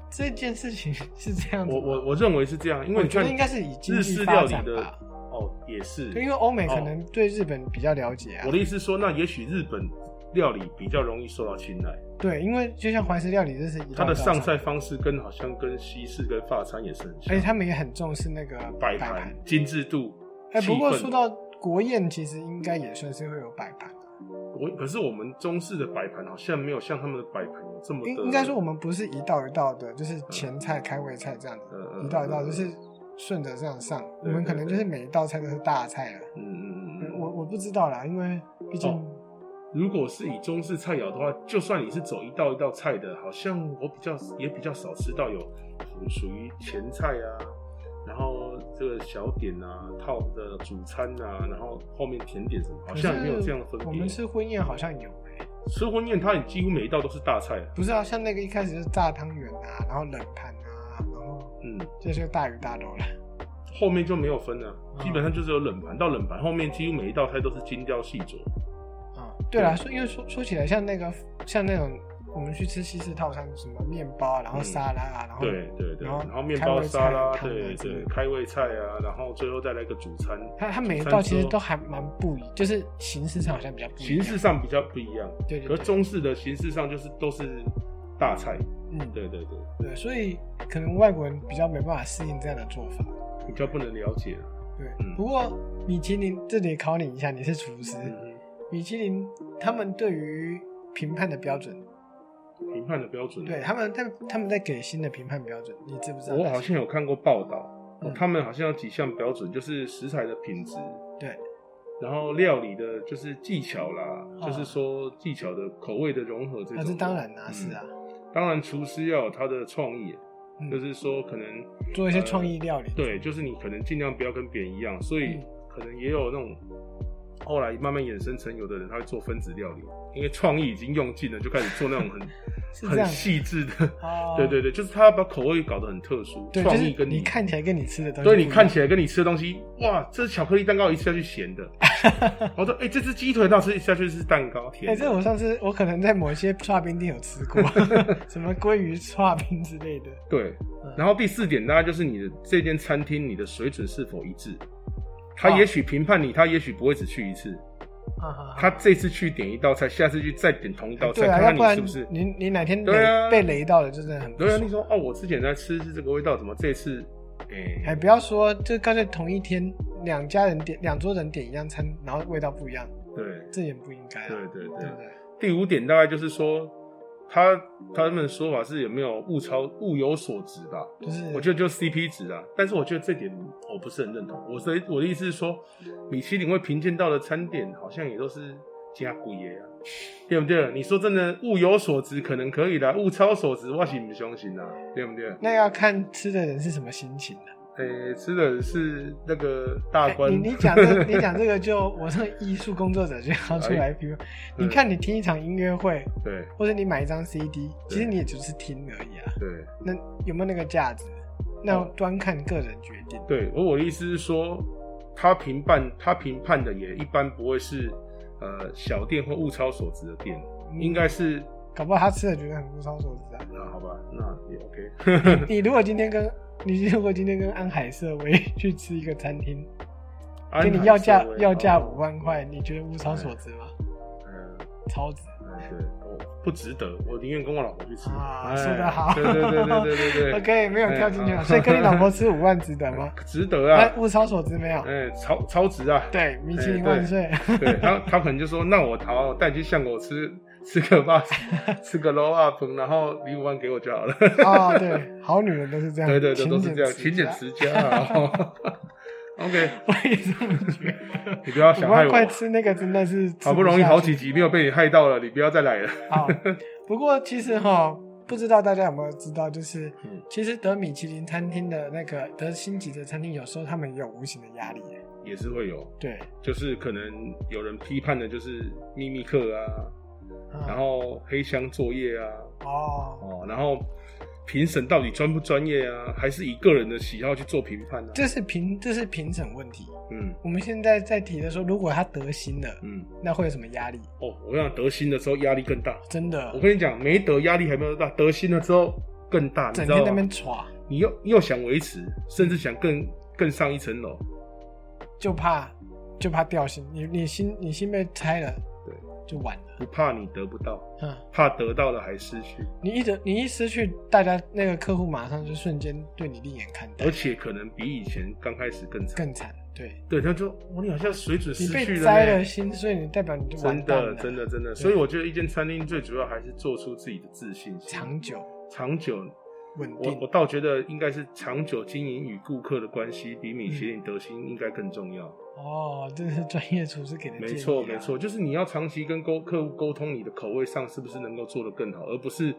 [SPEAKER 1] 这件事情是这样子
[SPEAKER 2] 我
[SPEAKER 1] 吗，
[SPEAKER 2] 我我认为是这样，因为
[SPEAKER 1] 我
[SPEAKER 2] 你
[SPEAKER 1] 觉
[SPEAKER 2] 看
[SPEAKER 1] 得应该是以经
[SPEAKER 2] 日
[SPEAKER 1] 济
[SPEAKER 2] 式
[SPEAKER 1] 发
[SPEAKER 2] 料理
[SPEAKER 1] 展
[SPEAKER 2] 的
[SPEAKER 1] 吧，
[SPEAKER 2] 哦，也是。
[SPEAKER 1] 对，因为欧美可能对日本比较了解啊
[SPEAKER 2] 我。的意思是说，那也许日本料理比较容易受到青睐，
[SPEAKER 1] 对，因为就像怀石料理，这是一道
[SPEAKER 2] 它的
[SPEAKER 1] 道
[SPEAKER 2] 上
[SPEAKER 1] 菜
[SPEAKER 2] 菜，方式跟好像跟西式跟法餐也是很像。
[SPEAKER 1] 而且哎他们也很重视那个
[SPEAKER 2] 摆
[SPEAKER 1] 盘
[SPEAKER 2] 盘。精致度，
[SPEAKER 1] 哎、
[SPEAKER 2] 气
[SPEAKER 1] 不过
[SPEAKER 2] 氛
[SPEAKER 1] 说到国宴，其实应该也算是会有摆盘。
[SPEAKER 2] 我可是我们中式的摆盘好像没有像他们的摆盘有这么的，
[SPEAKER 1] 应应该说我们不是一道一道的，就是前菜、开胃菜这样子，
[SPEAKER 2] 呃呃
[SPEAKER 1] 一道一道就是顺着这样上。我
[SPEAKER 2] 对
[SPEAKER 1] 们可能
[SPEAKER 2] 对
[SPEAKER 1] 就是每一道菜都是大菜了。
[SPEAKER 2] 嗯嗯嗯
[SPEAKER 1] 嗯
[SPEAKER 2] 嗯。
[SPEAKER 1] 我我不知道啦，因为毕竟、
[SPEAKER 2] 哦如果是以中式菜肴的话，就算你是走一道一道菜的，好像我比较也比较少吃到有嗯属于前菜啊，然后这个小点啊、套的主餐啊，然后后面甜点什么，好像也没有这样的分
[SPEAKER 1] 可
[SPEAKER 2] 别。
[SPEAKER 1] 是嗯我们吃婚宴好像有、欸，
[SPEAKER 2] 吃婚宴，它也几乎每一道都是大菜。
[SPEAKER 1] 不是啊？像那个一开始就是炸汤圆啊，然后冷盘啊，然后
[SPEAKER 2] 嗯，
[SPEAKER 1] 这就大鱼大肉了。
[SPEAKER 2] 后面就没有分了，
[SPEAKER 1] 嗯
[SPEAKER 2] 基本上就是有冷盘到冷盘，后面几乎每一道菜都是精雕细琢。
[SPEAKER 1] 啊、对啦，说因为说说起来，像那个像那种我们去吃西式套餐，什么面包啊，然后
[SPEAKER 2] 嗯
[SPEAKER 1] 沙拉啊，然后
[SPEAKER 2] 对对对，
[SPEAKER 1] 然后
[SPEAKER 2] 然后面
[SPEAKER 1] 开
[SPEAKER 2] 包
[SPEAKER 1] 胃
[SPEAKER 2] 沙
[SPEAKER 1] 菜
[SPEAKER 2] 拉，
[SPEAKER 1] 汤啊
[SPEAKER 2] 对
[SPEAKER 1] 之类
[SPEAKER 2] 对，
[SPEAKER 1] 的嗯
[SPEAKER 2] 开胃菜啊，然后最后再来一个主餐，
[SPEAKER 1] 它它每一
[SPEAKER 2] 主餐
[SPEAKER 1] 道其实
[SPEAKER 2] 之后
[SPEAKER 1] 都还蛮不一，就是形式上好像比较不一
[SPEAKER 2] 形
[SPEAKER 1] 样。
[SPEAKER 2] 式上比较不一样。
[SPEAKER 1] 对对
[SPEAKER 2] 可
[SPEAKER 1] 对
[SPEAKER 2] 是中式的形式上就是都是大菜，
[SPEAKER 1] 嗯，
[SPEAKER 2] 对对对，
[SPEAKER 1] 对，所以可能外国人比较没办法适应这样的做法。
[SPEAKER 2] 比较不能了解了。
[SPEAKER 1] 对，
[SPEAKER 2] 嗯
[SPEAKER 1] 不过米其林这里考你一下，你是厨师，
[SPEAKER 2] 嗯，
[SPEAKER 1] 米其林他们对于评判的标准，
[SPEAKER 2] 评判的标准，啊
[SPEAKER 1] 对他们他们他们在给新的评判标准，你知不知道？
[SPEAKER 2] 我好像有看过报道，哦
[SPEAKER 1] 嗯
[SPEAKER 2] 他们好像有几项标准，就是食材的品质，
[SPEAKER 1] 对，
[SPEAKER 2] 然后料理的就是技巧啦，
[SPEAKER 1] 啊
[SPEAKER 2] 就是说技巧的口味的融合这种
[SPEAKER 1] 那
[SPEAKER 2] 的。
[SPEAKER 1] 这当然啦、
[SPEAKER 2] 嗯
[SPEAKER 1] 是啊，，
[SPEAKER 2] 当然厨师要有他的创意，
[SPEAKER 1] 嗯
[SPEAKER 2] 就是说可能。
[SPEAKER 1] 做一些创意料理。
[SPEAKER 2] 对，就是你可能尽量不要跟别人一样，所以
[SPEAKER 1] 嗯
[SPEAKER 2] 可能也有那种后来慢慢衍生成有的人他会做分子料理，因为创意已经用尽了，就开始做那种
[SPEAKER 1] <laughs> 是
[SPEAKER 2] 很
[SPEAKER 1] 这样
[SPEAKER 2] 很细致的。
[SPEAKER 1] 哦，
[SPEAKER 2] <laughs> 对对对，就是他要把口味搞得很特殊，
[SPEAKER 1] 对，
[SPEAKER 2] 创
[SPEAKER 1] 就
[SPEAKER 2] 意
[SPEAKER 1] 是
[SPEAKER 2] 跟
[SPEAKER 1] 你看起来跟你吃的东西不一
[SPEAKER 2] 对
[SPEAKER 1] 样，
[SPEAKER 2] 你看起来跟你吃的东西，哇，这巧克力蛋糕一吃下去咸
[SPEAKER 1] <laughs>
[SPEAKER 2] 的，我说哎、这只鸡腿那吃下去是蛋糕
[SPEAKER 1] 哎、
[SPEAKER 2] 甜
[SPEAKER 1] 这
[SPEAKER 2] 的，
[SPEAKER 1] 我上次我可能在某些串冰店有吃
[SPEAKER 2] <laughs>
[SPEAKER 1] 过，什么鲑鱼串冰之类的。
[SPEAKER 2] 对
[SPEAKER 1] 嗯。
[SPEAKER 2] 然后第四点，大概就是你的这间餐厅你的水准是否一致，他
[SPEAKER 1] 哦
[SPEAKER 2] 也许评判你，他也许不会只去一次，
[SPEAKER 1] 哈哈
[SPEAKER 2] 他这次去点一道菜，下次去再点同一道菜，
[SPEAKER 1] 对啊，要
[SPEAKER 2] 看
[SPEAKER 1] 不
[SPEAKER 2] 看
[SPEAKER 1] 然
[SPEAKER 2] 你是不是。
[SPEAKER 1] 你你哪天
[SPEAKER 2] 对啊
[SPEAKER 1] 雷被雷到了，就真的很不
[SPEAKER 2] 对啊，
[SPEAKER 1] 爽
[SPEAKER 2] 你。说哦，我之前在吃是这个味道，怎么这次，哎、
[SPEAKER 1] 哎，不要说，就干脆同一天两家人点两桌人点一样餐，然后味道不一样，
[SPEAKER 2] 对
[SPEAKER 1] 这也不应该啊。
[SPEAKER 2] 对对对
[SPEAKER 1] 对不对？
[SPEAKER 2] 第五点大概就是说，他他们说法是有没有物超物有所值吧？
[SPEAKER 1] 就是
[SPEAKER 2] 我觉得就 CP 值啊，但是我觉得这点我不是很认同。我的我的意思是说，米其林会评鉴到的餐点好像也都是加贵耶啊，对不对？你说真的，物有所值可能可以的，物超所值我是不相信啊，对不对？
[SPEAKER 1] 那要看吃的人是什么心情了、
[SPEAKER 2] 诶、哎吃的是那个大
[SPEAKER 1] 哎
[SPEAKER 2] 官，
[SPEAKER 1] 你你讲这你讲这个就我这个艺术工作者就要出
[SPEAKER 2] 哎
[SPEAKER 1] 来，比如你看你听一场音乐会，
[SPEAKER 2] 对
[SPEAKER 1] 或者你买一张 CD，其实
[SPEAKER 2] 对
[SPEAKER 1] 你也只是听而已啊。
[SPEAKER 2] 对
[SPEAKER 1] 那有没有那个价值？那
[SPEAKER 2] 哦
[SPEAKER 1] 端看个人决定。嗯
[SPEAKER 2] 对，我我的意思是说，他评判他评判的也一般不会是呃小店或物超所值的店，
[SPEAKER 1] 嗯
[SPEAKER 2] 应该是
[SPEAKER 1] 搞不好他吃的觉得很物超所值啊。
[SPEAKER 2] 那好吧，那也
[SPEAKER 1] <laughs>
[SPEAKER 2] OK。
[SPEAKER 1] 你如果今天跟你如果今天跟安海瑟薇 <laughs> 去吃一个餐厅，
[SPEAKER 2] 安
[SPEAKER 1] 给你
[SPEAKER 2] 海
[SPEAKER 1] 要价
[SPEAKER 2] 瑟薇
[SPEAKER 1] 要价
[SPEAKER 2] 哦
[SPEAKER 1] 五万块，你觉得物超所值吗？
[SPEAKER 2] 嗯
[SPEAKER 1] 超值。
[SPEAKER 2] 嗯，对，我不值得，我宁愿跟我老婆去吃。
[SPEAKER 1] 啊
[SPEAKER 2] 哎
[SPEAKER 1] 说得好
[SPEAKER 2] 对对对对对
[SPEAKER 1] <laughs>
[SPEAKER 2] 对对
[SPEAKER 1] OK，没有跳进去
[SPEAKER 2] 哎
[SPEAKER 1] 啊。
[SPEAKER 2] 啊
[SPEAKER 1] 所以跟你老婆吃五万值得
[SPEAKER 2] <laughs>
[SPEAKER 1] 吗？
[SPEAKER 2] 值得
[SPEAKER 1] 哎，
[SPEAKER 2] 啊，
[SPEAKER 1] 物超所值没有？
[SPEAKER 2] 哎，超超值啊。
[SPEAKER 1] 对，米其林万岁。
[SPEAKER 2] 对，然后他可能就说，那我好带你去巷口吃吃个吧，吃个 low up，然 <laughs> 后你五万给我就好了。 <laughs>
[SPEAKER 1] 哦，对，好女人都是这样，
[SPEAKER 2] 对对对，都是
[SPEAKER 1] 勤
[SPEAKER 2] 这样，
[SPEAKER 1] 持
[SPEAKER 2] 勤俭
[SPEAKER 1] 家。
[SPEAKER 2] 持家啊。OK，
[SPEAKER 1] 我也是这么觉
[SPEAKER 2] <laughs>
[SPEAKER 1] 得。
[SPEAKER 2] 你不要想
[SPEAKER 1] 五
[SPEAKER 2] 害
[SPEAKER 1] 万
[SPEAKER 2] 我
[SPEAKER 1] 块，吃那个真的是吃
[SPEAKER 2] 好不容易
[SPEAKER 1] 下
[SPEAKER 2] 好
[SPEAKER 1] 去
[SPEAKER 2] 几集没有被你害到了，你不要再来了。
[SPEAKER 1] 好，不过其实哈，不知道大家有没有知道，就是
[SPEAKER 2] 嗯
[SPEAKER 1] 其实得米其林餐厅的那个得星级的餐厅，有时候他们也有无形的压力耶。
[SPEAKER 2] 也是会有，
[SPEAKER 1] 对，
[SPEAKER 2] 就是可能有人批判的就是秘密课啊，
[SPEAKER 1] 嗯
[SPEAKER 2] 然后黑箱作业啊，
[SPEAKER 1] 哦，
[SPEAKER 2] 哦，然后评审到底专不专业啊，还是以个人的喜好去做评判呢、啊？
[SPEAKER 1] 这是评这是评审问题。
[SPEAKER 2] 嗯
[SPEAKER 1] 我们现在在提的说，如果他得星了，
[SPEAKER 2] 嗯，
[SPEAKER 1] 那会有什么压力？
[SPEAKER 2] 哦，我想得心的时候压力更大。
[SPEAKER 1] 真的
[SPEAKER 2] 我，跟你讲，没得压力还没有大，得心了之后更大，你
[SPEAKER 1] 整
[SPEAKER 2] 知
[SPEAKER 1] 天
[SPEAKER 2] 道
[SPEAKER 1] 那边
[SPEAKER 2] 吗？
[SPEAKER 1] 耍，
[SPEAKER 2] 你又又想维持，甚至想更更上一层楼。
[SPEAKER 1] 就怕就怕掉星，你你心你心被拆了，
[SPEAKER 2] 对，
[SPEAKER 1] 就完了。
[SPEAKER 2] 不怕你得不到，
[SPEAKER 1] 嗯，
[SPEAKER 2] 怕得到了还失去，
[SPEAKER 1] 你一得你一失去，大家那个客户马上就瞬间对你另眼看待
[SPEAKER 2] 而，且可能比以前刚开始更惨。
[SPEAKER 1] 更惨。对，
[SPEAKER 2] 对，他就哦，你好像水准失
[SPEAKER 1] 你
[SPEAKER 2] 去
[SPEAKER 1] 被
[SPEAKER 2] 了
[SPEAKER 1] 摘
[SPEAKER 2] 呢
[SPEAKER 1] 了心，所以你代表你就完
[SPEAKER 2] 真
[SPEAKER 1] 蛋了
[SPEAKER 2] 的，真的，真的。所以我觉得一间餐厅最主要还是做出自己的自信心，
[SPEAKER 1] 长久
[SPEAKER 2] 长久。
[SPEAKER 1] 稳
[SPEAKER 2] 我我
[SPEAKER 1] 定。
[SPEAKER 2] 倒觉得应该是长久经营与顾客的关系，比米其林得心应该更重要。
[SPEAKER 1] 哦，这是专业厨师给的建议、啊
[SPEAKER 2] 没错，没。错，就是你要长期跟沟客户沟通，你的口味上是不是能够做得更好，而不是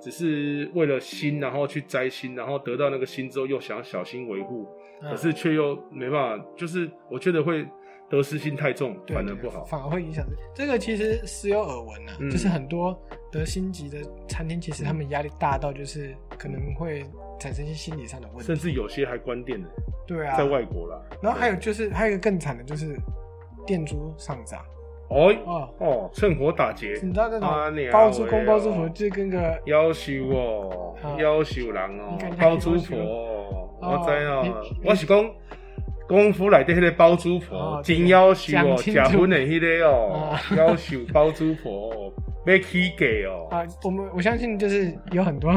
[SPEAKER 2] 只是为了新，然后去摘新，然后得到那个新之后又想要小心维护，
[SPEAKER 1] 嗯
[SPEAKER 2] 可是却又没办法，就是我觉得会得失心太重，
[SPEAKER 1] 对
[SPEAKER 2] 反
[SPEAKER 1] 对
[SPEAKER 2] 而不好。
[SPEAKER 1] 反而会影响这。这个其实时有耳闻啊，
[SPEAKER 2] 嗯
[SPEAKER 1] 就是很多得星级的餐厅，其实他们压力大到就是可能会产生一些心理上的问
[SPEAKER 2] 甚
[SPEAKER 1] 题。
[SPEAKER 2] 至有些还关店的，
[SPEAKER 1] 对啊，
[SPEAKER 2] 在外国啦。
[SPEAKER 1] 然后还有就是还有一个更惨的就是店租上涨
[SPEAKER 2] 哦
[SPEAKER 1] 哦，
[SPEAKER 2] 哦，趁火打劫，
[SPEAKER 1] 你知道那
[SPEAKER 2] 啊
[SPEAKER 1] 种
[SPEAKER 2] 你啊
[SPEAKER 1] 包租公
[SPEAKER 2] 喂
[SPEAKER 1] 包租婆
[SPEAKER 2] 哦
[SPEAKER 1] 就是跟个
[SPEAKER 2] 夭寿哦
[SPEAKER 1] 啊，
[SPEAKER 2] 夭寿人哦
[SPEAKER 1] 你感，觉
[SPEAKER 2] 包租婆哦，
[SPEAKER 1] 夭寿
[SPEAKER 2] 我知哦
[SPEAKER 1] 哦你，
[SPEAKER 2] <laughs> 我是讲功夫内底迄个包租
[SPEAKER 1] 哦
[SPEAKER 2] 婆，
[SPEAKER 1] 对
[SPEAKER 2] 真夭寿哦，
[SPEAKER 1] 讲清
[SPEAKER 2] 食
[SPEAKER 1] 楚
[SPEAKER 2] 薰的迄个哦
[SPEAKER 1] <laughs> 啊，
[SPEAKER 2] 夭寿包租婆哦， <laughs> 要起价哦。
[SPEAKER 1] 啊，我们我相信就是有很多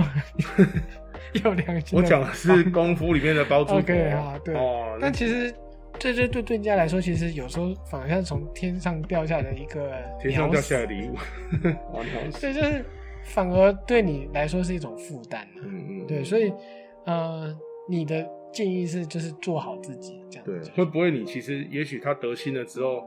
[SPEAKER 1] 有良心。
[SPEAKER 2] 我讲的
[SPEAKER 1] <laughs>
[SPEAKER 2] 是功夫里面的包租婆
[SPEAKER 1] OK，好对啊
[SPEAKER 2] 哦，
[SPEAKER 1] 但其实这这对对人家来说，其实有时候反而像从天上掉下来的一个
[SPEAKER 2] 天上掉下来的
[SPEAKER 1] 鸟
[SPEAKER 2] 礼物， <laughs> 哦，鸟
[SPEAKER 1] 屎，
[SPEAKER 2] 屎
[SPEAKER 1] 对，就是反而对你来说是一种负担、啊、
[SPEAKER 2] 嗯嗯，
[SPEAKER 1] 对，所以呃，你的建议是就是做好自己这样
[SPEAKER 2] 对
[SPEAKER 1] 子，。
[SPEAKER 2] 会不会你其实也许他得心了之后，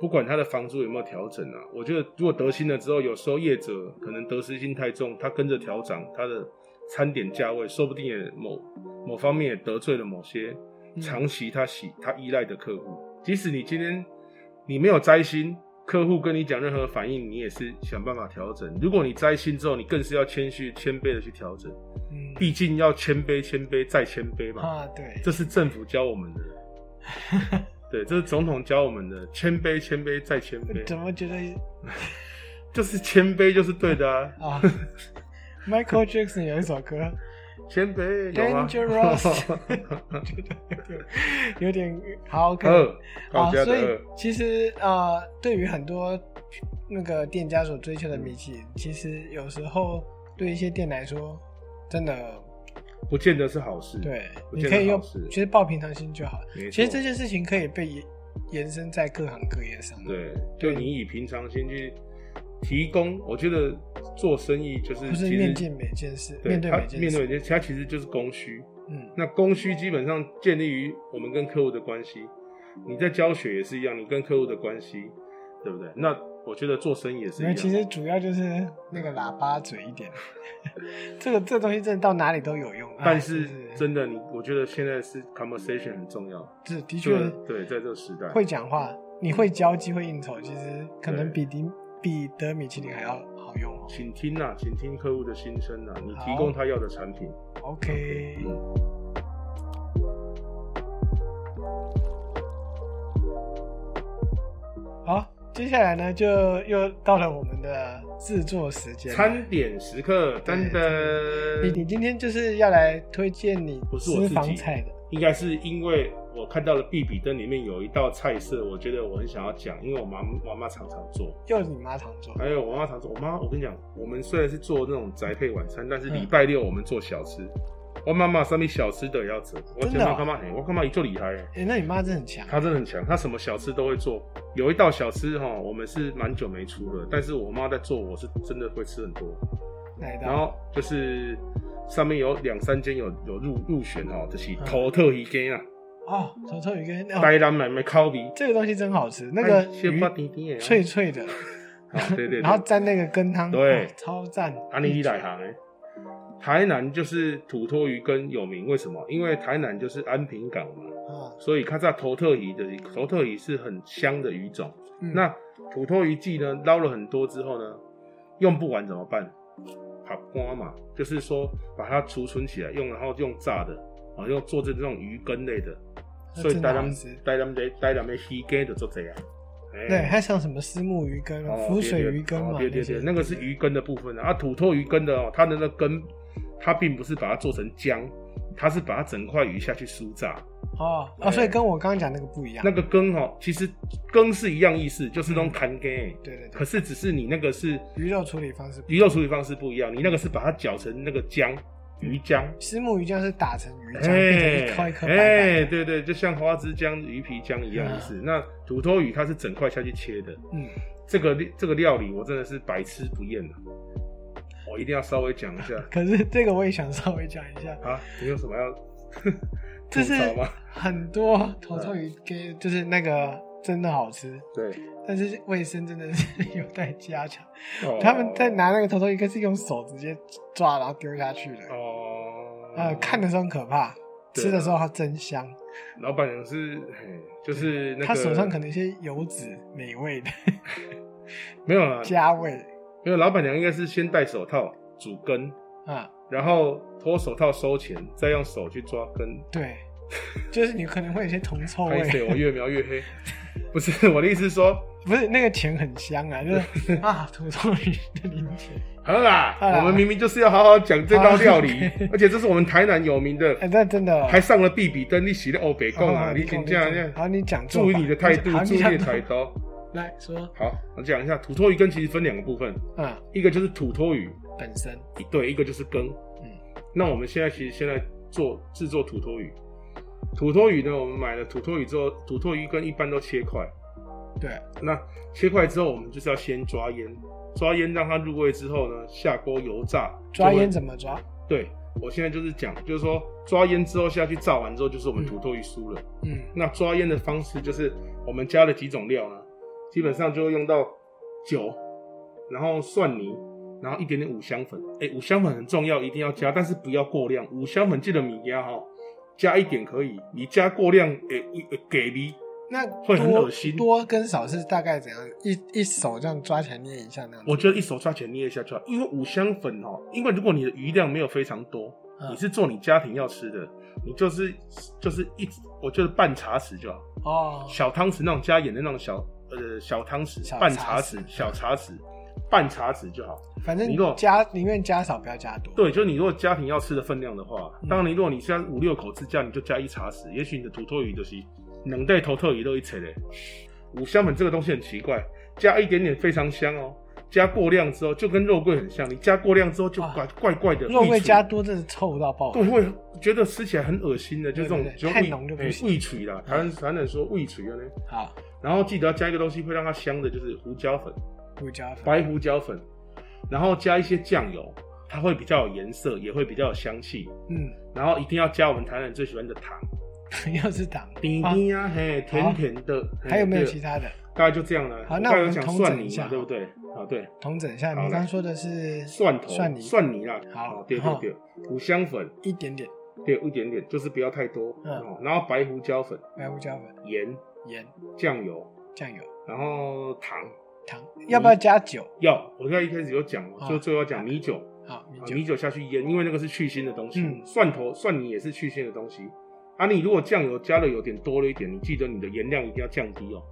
[SPEAKER 2] 不管他的房租有没有调整啊，我觉得如果得心了之后，有时候业者可能得失心太重，他跟着调涨他的餐点价位，说不定也某某方面也得罪了某些
[SPEAKER 1] 嗯
[SPEAKER 2] 长期他喜他依赖的客户。即使你今天你没有摘心，客户跟你讲任何反应，你也是想办法调整。如果你摘心之后，你更是要谦虚谦卑的去调整，
[SPEAKER 1] 嗯
[SPEAKER 2] 毕竟要谦卑谦卑再谦卑嘛。
[SPEAKER 1] 啊，对，
[SPEAKER 2] 这是政府教我们的，
[SPEAKER 1] <laughs>
[SPEAKER 2] 对，这是总统教我们的，谦卑，谦卑再谦
[SPEAKER 1] 怎
[SPEAKER 2] 卑，
[SPEAKER 1] 么觉得
[SPEAKER 2] 就是谦卑就是对
[SPEAKER 1] <laughs>
[SPEAKER 2] 的啊，
[SPEAKER 1] 啊？Michael Jackson 有一首歌 <laughs>
[SPEAKER 2] 谦卑有吗
[SPEAKER 1] Dangerous <laughs> 有点好，OK，
[SPEAKER 2] <laughs> 二，高
[SPEAKER 1] 啊，
[SPEAKER 2] 家的
[SPEAKER 1] 所以
[SPEAKER 2] 二，
[SPEAKER 1] 其实呃，对于很多那个店家所追求的米其林，其实有时候对一些店来说，真的
[SPEAKER 2] 不见得是好事，
[SPEAKER 1] 对，
[SPEAKER 2] 不
[SPEAKER 1] 你
[SPEAKER 2] 见嗯得
[SPEAKER 1] 可以用
[SPEAKER 2] 好事
[SPEAKER 1] 其实抱平常心就好了。
[SPEAKER 2] 没错
[SPEAKER 1] 其实这件事情可以被延延伸在各行各业上。，
[SPEAKER 2] 对，就你以平常心去提供，我觉得做生意就是
[SPEAKER 1] 不是
[SPEAKER 2] 其实
[SPEAKER 1] 面对每件事，
[SPEAKER 2] 对
[SPEAKER 1] 面对
[SPEAKER 2] 它
[SPEAKER 1] 每件
[SPEAKER 2] 面对
[SPEAKER 1] 事，
[SPEAKER 2] 每件事，它其实就是供需。
[SPEAKER 1] 嗯
[SPEAKER 2] 那供需基本上建立于我们跟客户的关系。你在教学也是一样，你跟客户的关系，对不对？那我觉得做生意也是
[SPEAKER 1] 因为
[SPEAKER 2] 一样。
[SPEAKER 1] 其实主要就是那个喇叭嘴一
[SPEAKER 2] <laughs>
[SPEAKER 1] 点，这个这东西真的到哪里都有用。哎
[SPEAKER 2] 但是
[SPEAKER 1] 是
[SPEAKER 2] 真的，你我觉得现在是 conversation 很重要。
[SPEAKER 1] 是的确
[SPEAKER 2] 对对，在这个时代，
[SPEAKER 1] 会讲话，你会交际，会应酬，其实可能比
[SPEAKER 2] 对
[SPEAKER 1] 迪比得米其林还要好用哦。
[SPEAKER 2] 请听呐、请听客户的心声呐、你提
[SPEAKER 1] 好
[SPEAKER 2] 供他要的产品。
[SPEAKER 1] OK，
[SPEAKER 2] 嗯
[SPEAKER 1] 好，接下来呢就又到了我们的制作时间了。
[SPEAKER 2] 餐点时刻，真的
[SPEAKER 1] 你，你今天就是要来推荐你
[SPEAKER 2] 不是我
[SPEAKER 1] 私
[SPEAKER 2] 自己
[SPEAKER 1] 房菜的，
[SPEAKER 2] 应该是因为我看到了必比登里面有一道菜色，我觉得我很想要讲，因为我妈我妈常常做。
[SPEAKER 1] 又是你妈常做。
[SPEAKER 2] 还有我妈常说，我妈我跟你讲，我们虽然是做那种宅配晚餐，但是
[SPEAKER 1] 嗯
[SPEAKER 2] 礼拜六我们做小吃。我妈妈上面小吃的也要做，我
[SPEAKER 1] 真
[SPEAKER 2] 觉
[SPEAKER 1] 的
[SPEAKER 2] 得
[SPEAKER 1] 哦
[SPEAKER 2] 我干嘛？哎我干嘛就厉害、欸？
[SPEAKER 1] 哎、那你妈真的很强。
[SPEAKER 2] 她真的很强，她什么小吃都会做。有一道小吃哈，我们是蛮久没出了，但是我妈在做，我是真的会吃很多。
[SPEAKER 1] 哪一
[SPEAKER 2] 然
[SPEAKER 1] 道？
[SPEAKER 2] 后就是上面有两三间有有入入选哦，就是头特鱼羹啊，
[SPEAKER 1] 哦，头头鱼跟、嗯哦、
[SPEAKER 2] 台南买卖烤鱼，
[SPEAKER 1] 这个东西真好吃，那个
[SPEAKER 2] 哎
[SPEAKER 1] 鱼
[SPEAKER 2] 先发甜甜的啊
[SPEAKER 1] 脆脆的，
[SPEAKER 2] <laughs> 啊对对对
[SPEAKER 1] 然后蘸那个羹汤，
[SPEAKER 2] 对
[SPEAKER 1] 哦超赞。
[SPEAKER 2] 安利来行哎。台南就是土托鱼羹有名，为什么？因为台南就是安平港嘛，
[SPEAKER 1] 啊，
[SPEAKER 2] 所以看在头特鱼的头特鱼是很香的鱼种。
[SPEAKER 1] 嗯
[SPEAKER 2] 那土托鱼季呢，捞了很多之后呢，用不完怎么办？把光嘛，就是说把它储存起来用，然后用炸的，啊，用做成这种鱼羹类的。
[SPEAKER 1] 那
[SPEAKER 2] 所以
[SPEAKER 1] 真
[SPEAKER 2] 台
[SPEAKER 1] 的好
[SPEAKER 2] 南
[SPEAKER 1] 吃。
[SPEAKER 2] 台南的台南的鱼羹就做这样。哎
[SPEAKER 1] 对，还有像什么丝木鱼羹、啊、
[SPEAKER 2] 哦
[SPEAKER 1] 浮
[SPEAKER 2] 对
[SPEAKER 1] 水
[SPEAKER 2] 对
[SPEAKER 1] 鱼羹嘛，
[SPEAKER 2] 哦对对
[SPEAKER 1] 些
[SPEAKER 2] 对，那个是鱼羹的部分啊。啊土托鱼羹的哦，它的那根，它并不是把它做成浆，它是把它整块鱼下去酥炸。
[SPEAKER 1] 哦哦，
[SPEAKER 2] 对
[SPEAKER 1] 所以跟我刚刚讲那个不一样。
[SPEAKER 2] 哎那个羹哦，其实羹是一样意思，就是
[SPEAKER 1] 嗯
[SPEAKER 2] 那种砍羹，
[SPEAKER 1] 对对
[SPEAKER 2] 可
[SPEAKER 1] 对，
[SPEAKER 2] 是只是你那个是
[SPEAKER 1] 鱼肉处理方式不一
[SPEAKER 2] 鱼肉处理方式不一样，你那个是把它搅成那个浆，鱼浆。
[SPEAKER 1] 样，丝木鱼酱是打成鱼酱，变成
[SPEAKER 2] 哎
[SPEAKER 1] 一颗一颗白白
[SPEAKER 2] 哎，
[SPEAKER 1] 的。
[SPEAKER 2] 对对，就像花枝浆、鱼皮浆一样意
[SPEAKER 1] 啊
[SPEAKER 2] 思。那土托鱼它是整块下去切的，
[SPEAKER 1] 嗯，
[SPEAKER 2] 这个这个料理我真的是百吃不厌的，啊我一定要稍微讲一
[SPEAKER 1] <laughs>
[SPEAKER 2] 下。
[SPEAKER 1] 可是这个我也想稍微讲一下，
[SPEAKER 2] 啊，你有什么要
[SPEAKER 1] 这
[SPEAKER 2] 吐
[SPEAKER 1] 是
[SPEAKER 2] 槽吗？
[SPEAKER 1] 很多头
[SPEAKER 2] 嗯
[SPEAKER 1] 头鱼羹就是那个真的好吃，
[SPEAKER 2] 对，
[SPEAKER 1] 但是卫生真的是 <laughs> 有待加强。
[SPEAKER 2] 哦
[SPEAKER 1] 他们在拿那个头头鱼羹是用手直接抓，然后丢下去的。
[SPEAKER 2] 哦，
[SPEAKER 1] 呃，看的时候很可怕，
[SPEAKER 2] 对啊
[SPEAKER 1] 吃的时候它真香。
[SPEAKER 2] 老板娘是，嘿就是那个
[SPEAKER 1] 他手上可能有些油脂、美味
[SPEAKER 2] <laughs>
[SPEAKER 1] 的
[SPEAKER 2] 没有啊，
[SPEAKER 1] 加味
[SPEAKER 2] 没有，老板娘应该是先戴手套煮根，
[SPEAKER 1] 啊，
[SPEAKER 2] 然后脱手套收钱，再用手去抓根。 <laughs>
[SPEAKER 1] 对，就是你可能会有些铜臭
[SPEAKER 2] 拍水，
[SPEAKER 1] 味，
[SPEAKER 2] 我越描越黑。 <laughs> 不是我的意思是说，
[SPEAKER 1] 不是那个钱很香啊，
[SPEAKER 2] <laughs>
[SPEAKER 1] 就是啊，土豆鱼的零钱，
[SPEAKER 2] 好了啦，
[SPEAKER 1] 好啦
[SPEAKER 2] 我们明明就是要好好讲这道料理
[SPEAKER 1] 好，OK，
[SPEAKER 2] 而且这是我们台南有名的
[SPEAKER 1] 哎，，那真的
[SPEAKER 2] 还上了必比登，你洗的欧北贡啊，你
[SPEAKER 1] 讲
[SPEAKER 2] 请这样这
[SPEAKER 1] 哦好，
[SPEAKER 2] 样，
[SPEAKER 1] 你讲做
[SPEAKER 2] 注
[SPEAKER 1] 法，
[SPEAKER 2] 意你的态度
[SPEAKER 1] 好，
[SPEAKER 2] 注意你
[SPEAKER 1] 讲
[SPEAKER 2] 的态度。
[SPEAKER 1] 来说，
[SPEAKER 2] 好，我讲一下土托鱼羹其实分两个部分，
[SPEAKER 1] 啊，
[SPEAKER 2] 一个就是土托鱼，
[SPEAKER 1] 本身，
[SPEAKER 2] 对，一个就是羹。
[SPEAKER 1] 嗯，
[SPEAKER 2] 那我们现在其实现在做制作土托鱼，土托鱼呢，我们买了土托鱼之后，土托鱼羹一般都切块，
[SPEAKER 1] 对，
[SPEAKER 2] 那切块之后，我们就是要先抓腌，抓腌让它入味之后呢，下锅油炸。
[SPEAKER 1] 抓
[SPEAKER 2] 就会
[SPEAKER 1] 烟怎么抓？
[SPEAKER 2] 对，我现在就是讲，就是说抓腌之后下去炸完之后，就是我们
[SPEAKER 1] 嗯
[SPEAKER 2] 土托鱼酥了。
[SPEAKER 1] 嗯，
[SPEAKER 2] 那抓腌的方式就是我们加了几种料呢，基本上就会用到酒，然后蒜泥，然后一点点五香粉。哎、五香粉很重要，一定要加，但是不要过量。五香粉记得米压哈，加一点可以，你加过量，哎、会给力。
[SPEAKER 1] 那
[SPEAKER 2] 会很
[SPEAKER 1] 多
[SPEAKER 2] 恶心
[SPEAKER 1] 多跟少是大概怎样？一一手这样抓起来捏一下那样子。
[SPEAKER 2] 我觉得一手抓起来捏一下就好，因为五香粉哦，因为如果你的余量没有非常多，
[SPEAKER 1] 嗯
[SPEAKER 2] 你是做你家庭要吃的，你就是就是一，我觉得半茶匙就好。
[SPEAKER 1] 哦，
[SPEAKER 2] 小汤匙那种加盐的那种小呃小汤匙
[SPEAKER 1] 小茶匙
[SPEAKER 2] 半茶匙小茶匙半茶匙就好。
[SPEAKER 1] 反正
[SPEAKER 2] 你若
[SPEAKER 1] 加宁愿加少，不要加多。
[SPEAKER 2] 对，就是你如果家庭要吃的分量的话，
[SPEAKER 1] 嗯
[SPEAKER 2] 当然你如果你家五六口之家，你就加一茶匙。也许你的土托鱼就是冷带头特鱼都一切嘞。五香粉这个东西很奇怪，加一点点非常香哦。加过量之后就跟肉桂很像，你加过量之后就
[SPEAKER 1] 啊
[SPEAKER 2] 怪怪怪的。
[SPEAKER 1] 肉桂
[SPEAKER 2] 易出
[SPEAKER 1] 加多真是臭到爆。
[SPEAKER 2] 对，会觉得吃起来很恶心的，就这种
[SPEAKER 1] 对对对
[SPEAKER 2] 就
[SPEAKER 1] 太
[SPEAKER 2] 胃
[SPEAKER 1] 浓就不
[SPEAKER 2] 哎
[SPEAKER 1] 行嗯
[SPEAKER 2] 胃垂啦，台湾台湾人说胃垂啊呢。
[SPEAKER 1] 好，
[SPEAKER 2] 然后记得要加一个东西会让它香的，就是胡椒粉。
[SPEAKER 1] 胡椒粉。
[SPEAKER 2] 白胡椒粉。然后加一些酱油，它会比较有颜色，也会比较有香气。
[SPEAKER 1] 嗯， <laughs>
[SPEAKER 2] 然后一定要加我们台南人最喜欢的糖，
[SPEAKER 1] 又是糖，
[SPEAKER 2] 冰
[SPEAKER 1] 啊
[SPEAKER 2] 冰啊，嘿，甜甜的。嘿
[SPEAKER 1] 还有没有
[SPEAKER 2] 对
[SPEAKER 1] 其他的？
[SPEAKER 2] 大概就这样了。
[SPEAKER 1] 好
[SPEAKER 2] 我
[SPEAKER 1] 那
[SPEAKER 2] 刚才
[SPEAKER 1] 我
[SPEAKER 2] 有
[SPEAKER 1] 们
[SPEAKER 2] 讲
[SPEAKER 1] 统
[SPEAKER 2] 蒜
[SPEAKER 1] 整一
[SPEAKER 2] 泥
[SPEAKER 1] 下
[SPEAKER 2] 嘛，对不对？啊，对，
[SPEAKER 1] 同整一下，你
[SPEAKER 2] 好嘞
[SPEAKER 1] 刚刚说的是
[SPEAKER 2] 蒜头、
[SPEAKER 1] 蒜泥，
[SPEAKER 2] 蒜泥啦。
[SPEAKER 1] 好
[SPEAKER 2] 哦对
[SPEAKER 1] 然
[SPEAKER 2] 对
[SPEAKER 1] 后
[SPEAKER 2] 对，五香粉，
[SPEAKER 1] 一点点
[SPEAKER 2] 对，一点点，就是不要太多。
[SPEAKER 1] 嗯
[SPEAKER 2] 哦，然后白胡椒粉、
[SPEAKER 1] 白胡椒粉、
[SPEAKER 2] 盐、
[SPEAKER 1] 盐、
[SPEAKER 2] 酱油，
[SPEAKER 1] 酱油、
[SPEAKER 2] 然后糖。
[SPEAKER 1] 糖，要不要加酒？
[SPEAKER 2] 要，我在一开始有讲哦，
[SPEAKER 1] 哦
[SPEAKER 2] 就最后要讲米酒，
[SPEAKER 1] 好，米
[SPEAKER 2] 啊
[SPEAKER 1] 酒
[SPEAKER 2] 米酒下去腌，因为那个是去腥的东西。
[SPEAKER 1] 嗯
[SPEAKER 2] 蒜头、蒜泥也是去腥的东西。啊，你如果酱油加的有点多了一点，你记得你的盐量一定要降低哦。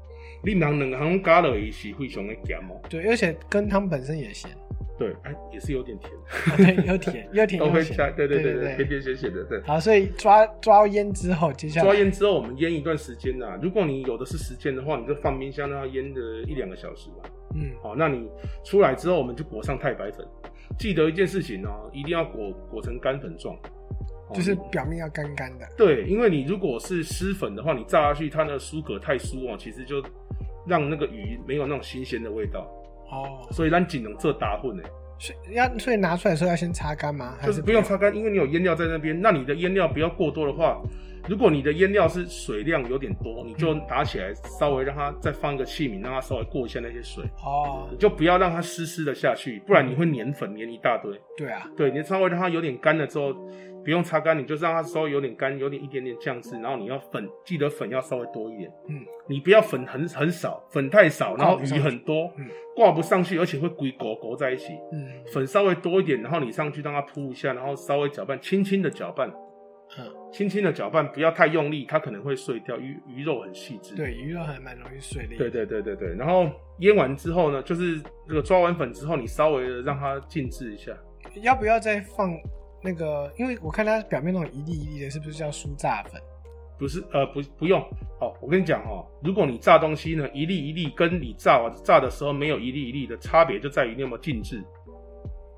[SPEAKER 2] 你两两行加了也是非常的咸哦。
[SPEAKER 1] 对，而且跟汤本身也咸，
[SPEAKER 2] <laughs> 对，哎、也是有点
[SPEAKER 1] <laughs>
[SPEAKER 2] 甜，
[SPEAKER 1] 哦对，又甜又甜
[SPEAKER 2] 都会
[SPEAKER 1] 又咸
[SPEAKER 2] 加，，对对
[SPEAKER 1] 对
[SPEAKER 2] 对对，
[SPEAKER 1] 对
[SPEAKER 2] 甜。甜咸咸的，对。
[SPEAKER 1] 好，所以抓抓腌之后，接下来
[SPEAKER 2] 抓腌之后，我们腌一段时间呐、啊如果你有的是时间的话，你就放冰箱让它腌个一两个小时吧。
[SPEAKER 1] 嗯，
[SPEAKER 2] 好，那你出来之后，我们就裹上太白粉。记得一件事情哦，一定要裹裹成干粉状，哦
[SPEAKER 1] 就是
[SPEAKER 2] 你
[SPEAKER 1] 表面要干干的，
[SPEAKER 2] 对，因为你如果是湿粉的话，你炸下去，它那个苏格太酥哦，其实就让那个鱼没有那种新鲜的味道。
[SPEAKER 1] 哦，
[SPEAKER 2] 所以咱只能这搭混哎，
[SPEAKER 1] 所以要所以拿出来的时候要先擦干吗？还
[SPEAKER 2] 就是
[SPEAKER 1] 不
[SPEAKER 2] 不用擦干，因为你有腌料在那边。那你的腌料不要过多的话，如果你的腌料是水量有点多，你就拿起来稍微让它再放一个器皿，让它稍微过一下那些水，
[SPEAKER 1] 哦
[SPEAKER 2] 你，就不要让它湿湿的下去，不然你会粘粉粘一大堆。
[SPEAKER 1] 对啊，
[SPEAKER 2] 对，你稍微让它有点干了之后，不用擦干，你就让它稍微有点干，有点一点点酱汁，然后你要粉，记得粉要稍微多一点，
[SPEAKER 1] 嗯，
[SPEAKER 2] 你不要粉很很少，粉太少，然
[SPEAKER 1] 挂
[SPEAKER 2] 后
[SPEAKER 1] 不上
[SPEAKER 2] 鱼很多
[SPEAKER 1] 去嗯，
[SPEAKER 2] 挂不上去，而且会鬼狗狗在一起。
[SPEAKER 1] 嗯
[SPEAKER 2] 粉稍微多一点，然后你上去让它铺一下，然后稍微搅拌，轻轻的搅拌，
[SPEAKER 1] 嗯，
[SPEAKER 2] 轻轻的搅拌，不要太用力，它可能会碎掉。鱼鱼肉很细致，
[SPEAKER 1] 对，鱼肉还蛮容易碎裂，
[SPEAKER 2] 对对对对对。然后腌完之后呢，就是这个抓完粉之后，你稍微的让它静置一下，
[SPEAKER 1] 要不要再放那个？因为我看它表面那种一粒一粒的，是不是叫酥炸粉？
[SPEAKER 2] 不是，呃，不，不用。哦，我跟你讲哦，如果你炸东西呢，一粒一粒跟你炸完炸的时候没有一粒一粒的差别，就在于你有没有静置。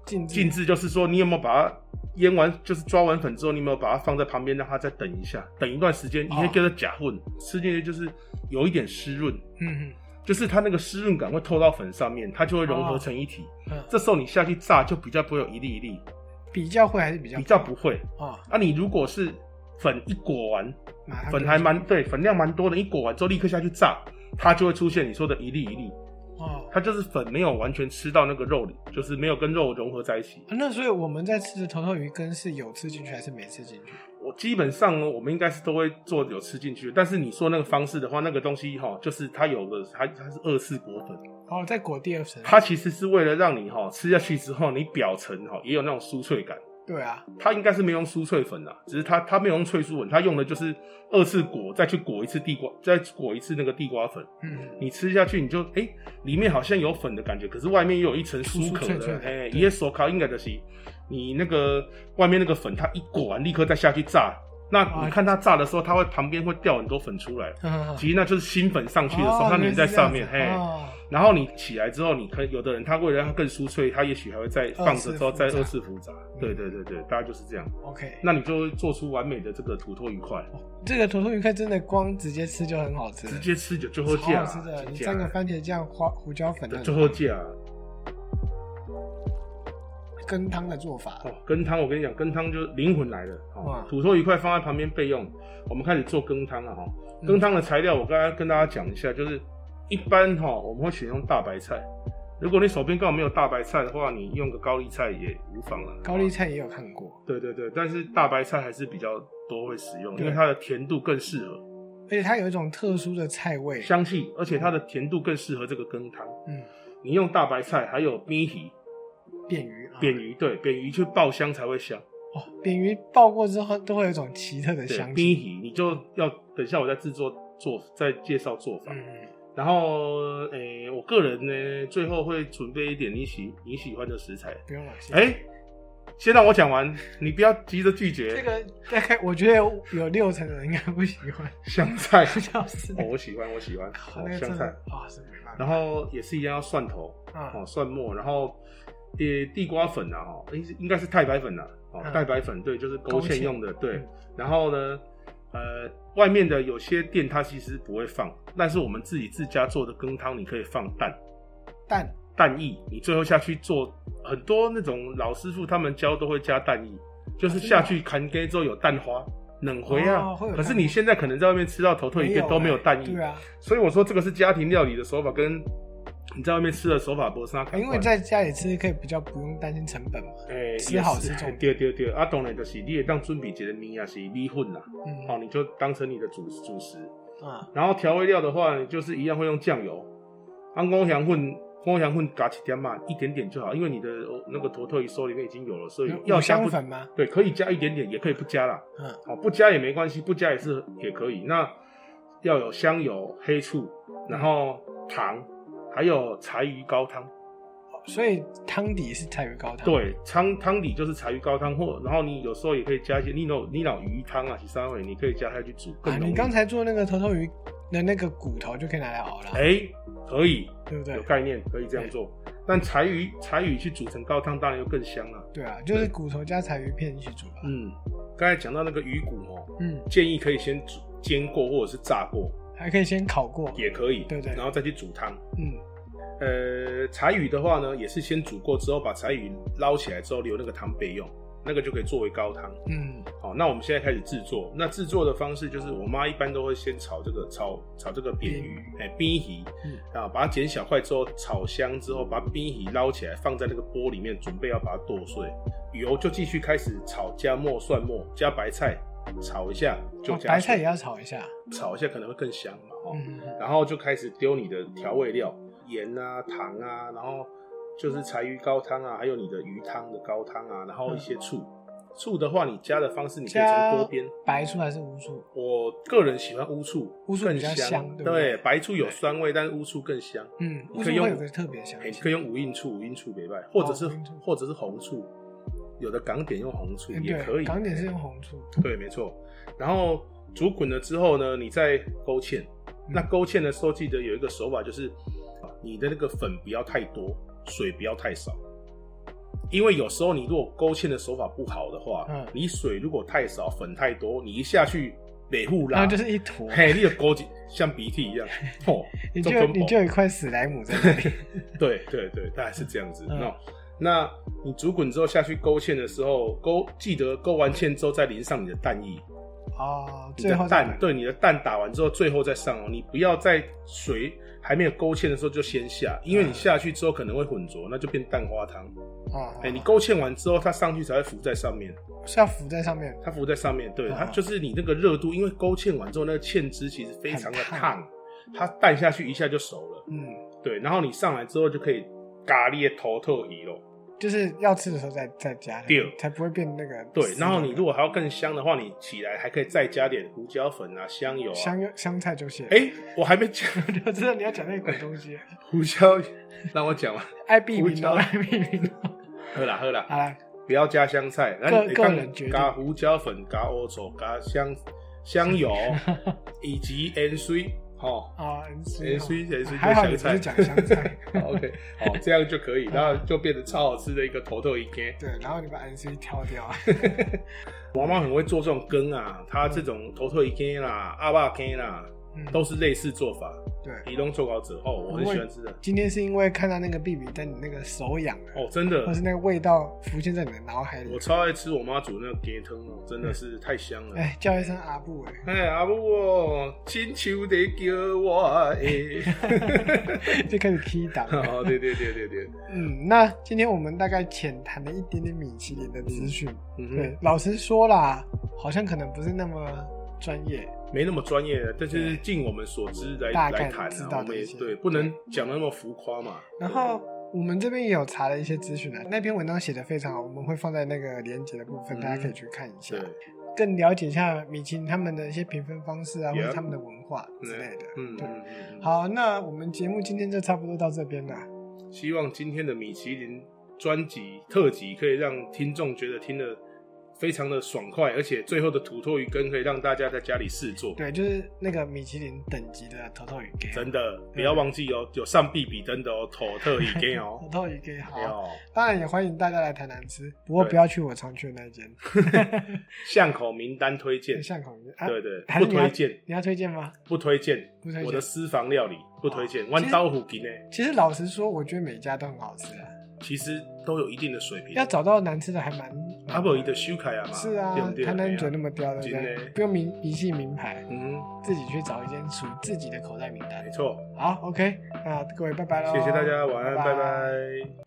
[SPEAKER 1] 静
[SPEAKER 2] 静置就是说，你有没有把它腌完，就是抓完粉之后，你有没有把它放在旁边，让它再等一下，等一段时间，因为叫做假混，吃进去就是有一点湿润，
[SPEAKER 1] 嗯
[SPEAKER 2] 就是它那个湿润感会透到粉上面，它就会融合
[SPEAKER 1] 哦
[SPEAKER 2] 成一体。
[SPEAKER 1] 嗯嗯，
[SPEAKER 2] 这时候你下去炸，就比较不会有一粒一粒，
[SPEAKER 1] 比较会还是比较
[SPEAKER 2] 比较不会。
[SPEAKER 1] 啊，
[SPEAKER 2] 那、你如果是粉一裹完，
[SPEAKER 1] 马上
[SPEAKER 2] 粉
[SPEAKER 1] 就
[SPEAKER 2] 还蛮对，粉量蛮多的，一裹完之后立刻下去炸，它就会出现你说的一粒一粒，
[SPEAKER 1] 哦。
[SPEAKER 2] 它就是粉没有完全吃到那个肉里，就是没有跟肉融合在一起。
[SPEAKER 1] 那所以我们在吃的头头鱼羹是有吃进去还是没吃进去？
[SPEAKER 2] 我基本上呢，我们应该是都会做有吃进去，但是你说那个方式的话，那个东西哈，就是它有的它它是二次果粉，
[SPEAKER 1] 哦，再裹第二层。
[SPEAKER 2] 它其实是为了让你哈吃下去之后，你表层哈也有那种酥脆感。
[SPEAKER 1] 对啊，
[SPEAKER 2] 它应该是没用酥脆粉啊，只是它它没有用脆酥粉，它用的就是二次果，再去裹一次地瓜，再裹一次那个地瓜粉。
[SPEAKER 1] 嗯，
[SPEAKER 2] 你吃下去，你就哎、诶里面好像有粉的感觉，可是外面又有一层酥壳
[SPEAKER 1] 酥酥脆脆
[SPEAKER 2] 的，
[SPEAKER 1] 的
[SPEAKER 2] 哎，
[SPEAKER 1] 对
[SPEAKER 2] 耶手烤应该就是你那个外面那个粉，它一裹完立刻再下去炸。那
[SPEAKER 1] 哇
[SPEAKER 2] 你看它炸的时候，它会旁边会掉很多粉出来，其实那就是新粉上去的时候，
[SPEAKER 1] 哦
[SPEAKER 2] 它粘在上面，
[SPEAKER 1] 原来是
[SPEAKER 2] 嘿
[SPEAKER 1] 这。样子哦
[SPEAKER 2] 然后你起来之后，你可有的人他为了让它更酥脆，他也许还会再放着之后再
[SPEAKER 1] 二次复杂嗯
[SPEAKER 2] 二次复炸。对对对对，大概就是这样。
[SPEAKER 1] 哦，OK，
[SPEAKER 2] 那你就会做出完美的这个土托鱼块，
[SPEAKER 1] 这个头头鱼羹真的光直接吃就很好吃，
[SPEAKER 2] 直接啊吃就最后
[SPEAKER 1] 超
[SPEAKER 2] 见
[SPEAKER 1] 好
[SPEAKER 2] 了
[SPEAKER 1] 吃的，，你
[SPEAKER 2] 真
[SPEAKER 1] 蘸个
[SPEAKER 2] 假
[SPEAKER 1] 番茄酱、花胡椒粉
[SPEAKER 2] 的
[SPEAKER 1] 那
[SPEAKER 2] 最
[SPEAKER 1] 种
[SPEAKER 2] 后见啊。
[SPEAKER 1] 羹汤的做法
[SPEAKER 2] 哦，，羹汤我跟你讲，羹汤就是灵魂来了。哦
[SPEAKER 1] 哇，
[SPEAKER 2] 土豆一块放在旁边备用。我们开始做羹汤了哈。
[SPEAKER 1] 嗯
[SPEAKER 2] 羹汤的材料我刚才跟大家讲一下，就是一般哈、我们会选用大白菜。如果你手边刚好没有大白菜的话，你用个高丽菜也无妨了。
[SPEAKER 1] 高丽
[SPEAKER 2] 哦，
[SPEAKER 1] 菜也有看过，
[SPEAKER 2] 对对对，但是大白菜还是比较多会使用，因
[SPEAKER 1] 对
[SPEAKER 2] 为它的甜度更适合
[SPEAKER 1] 而且它有一种特殊的菜味，
[SPEAKER 2] 香气，而且它的甜度更适合这个羹汤。
[SPEAKER 1] 嗯，
[SPEAKER 2] 你用大白菜，还有米皮、
[SPEAKER 1] 扁鱼啊，
[SPEAKER 2] 扁鱼，对，扁鱼去爆香才会香。
[SPEAKER 1] 哦，扁鱼爆过之后都会有一种奇特的
[SPEAKER 2] 对，
[SPEAKER 1] 香
[SPEAKER 2] 冰
[SPEAKER 1] 气。
[SPEAKER 2] 皮你就要等一下我再制作做再介绍做法。
[SPEAKER 1] 嗯，
[SPEAKER 2] 然后诶、我个人呢最后会准备一点你喜你喜欢的食材。
[SPEAKER 1] 不用了。谢谢
[SPEAKER 2] 哎、先让我讲完，你不要急着拒绝。
[SPEAKER 1] 这个大概我觉得有六成的人应该不喜欢，
[SPEAKER 2] 香菜， <laughs>
[SPEAKER 1] 不叫是
[SPEAKER 2] 哦，我喜欢，我喜欢、
[SPEAKER 1] 靠
[SPEAKER 2] 哦
[SPEAKER 1] 那个
[SPEAKER 2] 香
[SPEAKER 1] 真
[SPEAKER 2] 菜
[SPEAKER 1] 的。啊是没办法。
[SPEAKER 2] 然后也是一样要蒜头
[SPEAKER 1] 啊
[SPEAKER 2] 哦，蒜末，然后呃地瓜粉啊，哦，诶应该是太白粉啦、哦，
[SPEAKER 1] 嗯
[SPEAKER 2] 太白粉对，就是勾
[SPEAKER 1] 勾
[SPEAKER 2] 芡
[SPEAKER 1] 芡
[SPEAKER 2] 用的对
[SPEAKER 1] 嗯。
[SPEAKER 2] 然后呢，呃，外面的有些店它其实不会放，但是我们自己自家做的羹汤，你可以放蛋，
[SPEAKER 1] 蛋
[SPEAKER 2] 蛋液，你最后下去做很多那种老师傅他们教都会加蛋液，
[SPEAKER 1] 啊
[SPEAKER 2] 就是下去砍根之后有蛋花。冷回啊
[SPEAKER 1] 哦会有，
[SPEAKER 2] 可是
[SPEAKER 1] 蛋花
[SPEAKER 2] 你现在可能在外面吃到头退一个都没有蛋液，
[SPEAKER 1] 对啊，
[SPEAKER 2] 所以我说这个是家庭料理的手法，跟你在外面吃的手法不是那
[SPEAKER 1] 因为在家里吃可以比较不用担心成本嘛。
[SPEAKER 2] 哎
[SPEAKER 1] 吃好吃重点
[SPEAKER 2] 对对对，啊，当然就是你也当准备一个米啊是米粉啦，
[SPEAKER 1] 嗯，
[SPEAKER 2] 哦，你就当成你的主主食。
[SPEAKER 1] 啊，
[SPEAKER 2] 然后调味料的话，你就是一样会用酱油，啊，五香混五香混加一点嘛，一点点就好，因为你的哦那个坨头鱼酥里面已经有了，所以
[SPEAKER 1] 有
[SPEAKER 2] 要
[SPEAKER 1] 五
[SPEAKER 2] 加
[SPEAKER 1] 香
[SPEAKER 2] 不
[SPEAKER 1] 粉吗？
[SPEAKER 2] 对，可以加一点点，也可以不加啦。
[SPEAKER 1] 嗯，
[SPEAKER 2] 哦，不加也没关系，不加也是也可以。那要有香油、黑醋，然后糖，还有柴鱼高汤。
[SPEAKER 1] 所以汤底是菜鱼高汤。，啊
[SPEAKER 2] 对，汤汤底就是柴鱼高汤，或然后你有时候也可以加一些你有你老鱼汤啊，其三味你可以加下去煮
[SPEAKER 1] 啊，
[SPEAKER 2] 更浓郁。
[SPEAKER 1] 你刚才做那个头头鱼的那个骨头就可以拿来熬了，
[SPEAKER 2] 哎、可以
[SPEAKER 1] 对不对
[SPEAKER 2] 有？概念，可以这样做。但柴鱼柴鱼去煮成高汤，当然就更香了、
[SPEAKER 1] 对啊，就是骨头加柴鱼片一起煮吧。
[SPEAKER 2] 嗯，刚才讲到那个鱼骨哦，
[SPEAKER 1] 嗯，
[SPEAKER 2] 建议可以先煮煎过或者是炸过
[SPEAKER 1] 还可以先烤过。
[SPEAKER 2] 也可以，
[SPEAKER 1] 对对
[SPEAKER 2] 然后再去煮汤。
[SPEAKER 1] 嗯，
[SPEAKER 2] 呃，柴鱼的话呢，也是先煮过之后，把柴鱼捞起来之后留那个汤备用，那个就可以作为高汤。
[SPEAKER 1] 嗯，
[SPEAKER 2] 好，那我们现在开始制作。那制作的方式就是，我妈一般都会先炒这个炒炒这个扁鱼，哎、冰鱼
[SPEAKER 1] 嗯，
[SPEAKER 2] 啊，把它剪小块之后炒香之后，把冰鱼捞起来放在那个锅里面，准备要把它剁碎。油就继续开始炒，加末蒜末，加白菜，炒一下就
[SPEAKER 1] 哦
[SPEAKER 2] 加、
[SPEAKER 1] 白菜也，要炒一下。
[SPEAKER 2] 炒一下可能会更香嘛，哦。
[SPEAKER 1] 嗯，
[SPEAKER 2] 然后就开始丢你的调味料，盐啊、糖啊，然后就是柴鱼高汤啊，还有你的鱼汤的高汤啊，然后一些醋。醋的话，你加的方式你可以
[SPEAKER 1] 嗯加
[SPEAKER 2] 从多边。
[SPEAKER 1] 白醋还是无醋？
[SPEAKER 2] 我个人喜欢乌醋，
[SPEAKER 1] 乌醋
[SPEAKER 2] 更
[SPEAKER 1] 比较香对不对
[SPEAKER 2] 对，白醋有酸味，但是乌醋更香。
[SPEAKER 1] 嗯，乌
[SPEAKER 2] 你可
[SPEAKER 1] 醋
[SPEAKER 2] 以
[SPEAKER 1] 会
[SPEAKER 2] 用
[SPEAKER 1] 有个特别香
[SPEAKER 2] 哎你
[SPEAKER 1] 气
[SPEAKER 2] 可以。用五印醋，五印醋别拜，或者是
[SPEAKER 1] 哦五印醋
[SPEAKER 2] 或者是红醋，有的港点用红醋
[SPEAKER 1] 嗯
[SPEAKER 2] 也可
[SPEAKER 1] 对，
[SPEAKER 2] 以。哎
[SPEAKER 1] 港点是用红醋。
[SPEAKER 2] 对，没错。然后煮滚了之后呢，你再勾芡。
[SPEAKER 1] 嗯
[SPEAKER 2] 那勾芡的时候，记得有一个手法，就是啊你的那个粉不要太多，水不要太少。因为有时候你如果勾芡的手法不好的话，
[SPEAKER 1] 嗯
[SPEAKER 2] 你水如果太少，粉太多，你一下去北户
[SPEAKER 1] 然
[SPEAKER 2] 拉，
[SPEAKER 1] 后啊就是一坨，
[SPEAKER 2] 嘿，你的勾起像鼻涕一
[SPEAKER 1] <laughs>
[SPEAKER 2] 样，哦，
[SPEAKER 1] 你
[SPEAKER 2] 这
[SPEAKER 1] 就
[SPEAKER 2] 根
[SPEAKER 1] 你
[SPEAKER 2] 本
[SPEAKER 1] 就有一块史莱姆在那里。
[SPEAKER 2] <laughs> 对对对，大概是这样子。
[SPEAKER 1] 嗯
[SPEAKER 2] 那、那你煮滚之后下去勾芡的时候，勾记得勾完芡之后再淋上你的蛋液。
[SPEAKER 1] 哦，
[SPEAKER 2] 你
[SPEAKER 1] 最
[SPEAKER 2] 的
[SPEAKER 1] 后再
[SPEAKER 2] 蛋
[SPEAKER 1] 买
[SPEAKER 2] 对你的蛋打完之后，最后再上哦。你不要在水还没有勾芡的时候就先下，因为你下去之后可能会混浊，那就变蛋花汤。
[SPEAKER 1] 嗯哦，
[SPEAKER 2] 哎、
[SPEAKER 1] 哦
[SPEAKER 2] 你勾芡完之后，它上去才会浮在上面，
[SPEAKER 1] 是要浮在上面。
[SPEAKER 2] 它浮在上面，对，
[SPEAKER 1] 嗯
[SPEAKER 2] 它就是你那个热度，因为勾芡完之后，那个芡汁其实非常的
[SPEAKER 1] 很
[SPEAKER 2] 烫，它蛋下去一下就熟了，
[SPEAKER 1] 嗯，
[SPEAKER 2] 对，然后你上来之后就可以咖喱的头特鱼咯。
[SPEAKER 1] 就是要吃的时候再再加，
[SPEAKER 2] 对
[SPEAKER 1] 才不会变那个丝的。
[SPEAKER 2] 对，然后你如果还要更香的话，你起来还可以再加点胡椒粉啊、香油啊。
[SPEAKER 1] 香油香菜就行。 <laughs>
[SPEAKER 2] 哎、我还没讲
[SPEAKER 1] 我知道你要讲那个鬼东西， <laughs>
[SPEAKER 2] 胡椒， <laughs> 让我讲完。
[SPEAKER 1] 爱避
[SPEAKER 2] 胡
[SPEAKER 1] 名
[SPEAKER 2] 椒
[SPEAKER 1] 哦，爱避名哦。
[SPEAKER 2] 喝啦喝
[SPEAKER 1] <laughs> 好
[SPEAKER 2] 啦，
[SPEAKER 1] 啦，
[SPEAKER 2] 不要加香菜，然
[SPEAKER 1] 啊个个人决定
[SPEAKER 2] 加胡椒粉、加欧醋、加香香
[SPEAKER 1] <laughs>
[SPEAKER 2] 油以及盐水，吼、
[SPEAKER 1] 啊，很
[SPEAKER 2] 盐
[SPEAKER 1] 水
[SPEAKER 2] 水盐水
[SPEAKER 1] 还好你
[SPEAKER 2] 就
[SPEAKER 1] 不
[SPEAKER 2] 香
[SPEAKER 1] 是
[SPEAKER 2] 菜
[SPEAKER 1] 讲香菜。
[SPEAKER 2] 好，OK，好，这样就可以，然后就变成超好吃的一个头头一根。
[SPEAKER 1] 对，然后你把 N C 挑掉。啊
[SPEAKER 2] <laughs> 我妈很会做这种羹啊，她这种头头一根啦、阿爸根啦，
[SPEAKER 1] 嗯，
[SPEAKER 2] 都是类似做法。
[SPEAKER 1] 对。
[SPEAKER 2] 移动做稿者哦，我很喜欢吃的
[SPEAKER 1] 今天是因为看到那个 B B 但你那个手痒了，
[SPEAKER 2] 哦，真的
[SPEAKER 1] 或，是那个味道浮现在你的脑海里啊
[SPEAKER 2] 我。超爱吃我妈煮那个鸡汤哦，真的是太香了。
[SPEAKER 1] 哎，叫一声阿布哎，
[SPEAKER 2] <laughs> 哎，阿母哦，亲像在叫我 <laughs> 的。
[SPEAKER 1] 就开始 key 档。
[SPEAKER 2] 哦，对对对对对，
[SPEAKER 1] 嗯，那今天我们大概浅谈了一点点米其林的资讯。
[SPEAKER 2] 嗯
[SPEAKER 1] 对
[SPEAKER 2] 哼，，
[SPEAKER 1] 老实说啦，好像可能不是那么专业。
[SPEAKER 2] 没那么专业的，但是尽我们所知来
[SPEAKER 1] 大概
[SPEAKER 2] 来谈
[SPEAKER 1] 知
[SPEAKER 2] 啊，
[SPEAKER 1] 道
[SPEAKER 2] 我们也
[SPEAKER 1] 这些
[SPEAKER 2] 对，不能讲得那么浮夸嘛。
[SPEAKER 1] 然后我们这边也有查了一些资讯啊，那篇文章写的非常好，我们会放在那个连接的部分，
[SPEAKER 2] 嗯
[SPEAKER 1] 大家可以去看一下
[SPEAKER 2] 对，，
[SPEAKER 1] 更了解一下米其林他们的一些评分方式啊，或
[SPEAKER 2] Yeah
[SPEAKER 1] 者他们的文化之类的。
[SPEAKER 2] 嗯嗯
[SPEAKER 1] 对。
[SPEAKER 2] 嗯嗯，
[SPEAKER 1] 好，那我们节目今天就差不多到这边了。
[SPEAKER 2] 嗯，希望今天的米其林专辑特辑可以让听众觉得听了非常的爽快，而且最后的土托鱼羹可以让大家在家里试做。
[SPEAKER 1] 对，就是那个米其林等级的头头鱼羹，
[SPEAKER 2] 真的，不要忘记哦，有上必比登的哦，头特鱼羹
[SPEAKER 1] 头
[SPEAKER 2] 哦。
[SPEAKER 1] 头鱼羹好。
[SPEAKER 2] 哎呦
[SPEAKER 1] 当然也欢迎大家来台南吃，不过
[SPEAKER 2] 对
[SPEAKER 1] 不要去我常去的那间。
[SPEAKER 2] 巷口名单推荐，
[SPEAKER 1] 巷口鱼啊，
[SPEAKER 2] <laughs> 对对，
[SPEAKER 1] 还
[SPEAKER 2] 不
[SPEAKER 1] 是你要
[SPEAKER 2] 推荐，
[SPEAKER 1] 你要推荐吗？
[SPEAKER 2] 不推荐
[SPEAKER 1] 不推荐，
[SPEAKER 2] 我的私房料理不推荐，
[SPEAKER 1] 哦
[SPEAKER 2] 弯刀虎羹呢，
[SPEAKER 1] 其实老实说，我觉得每家都很好吃啊，
[SPEAKER 2] 其实都有一定的水平
[SPEAKER 1] 要。找到难吃的还蛮。
[SPEAKER 2] 阿伯伊的修改啊嘛，
[SPEAKER 1] 是啊
[SPEAKER 2] 对不，对？
[SPEAKER 1] 台南
[SPEAKER 2] 对
[SPEAKER 1] 卷
[SPEAKER 2] 啊
[SPEAKER 1] 那么刁，对不
[SPEAKER 2] 真的
[SPEAKER 1] 对？不用名一系名牌，
[SPEAKER 2] 嗯，
[SPEAKER 1] 自己去找一间属于自己的口袋名单
[SPEAKER 2] 没。错，
[SPEAKER 1] 好，OK，那各位拜拜喽，
[SPEAKER 2] 谢谢大家，晚安，
[SPEAKER 1] 拜
[SPEAKER 2] 拜拜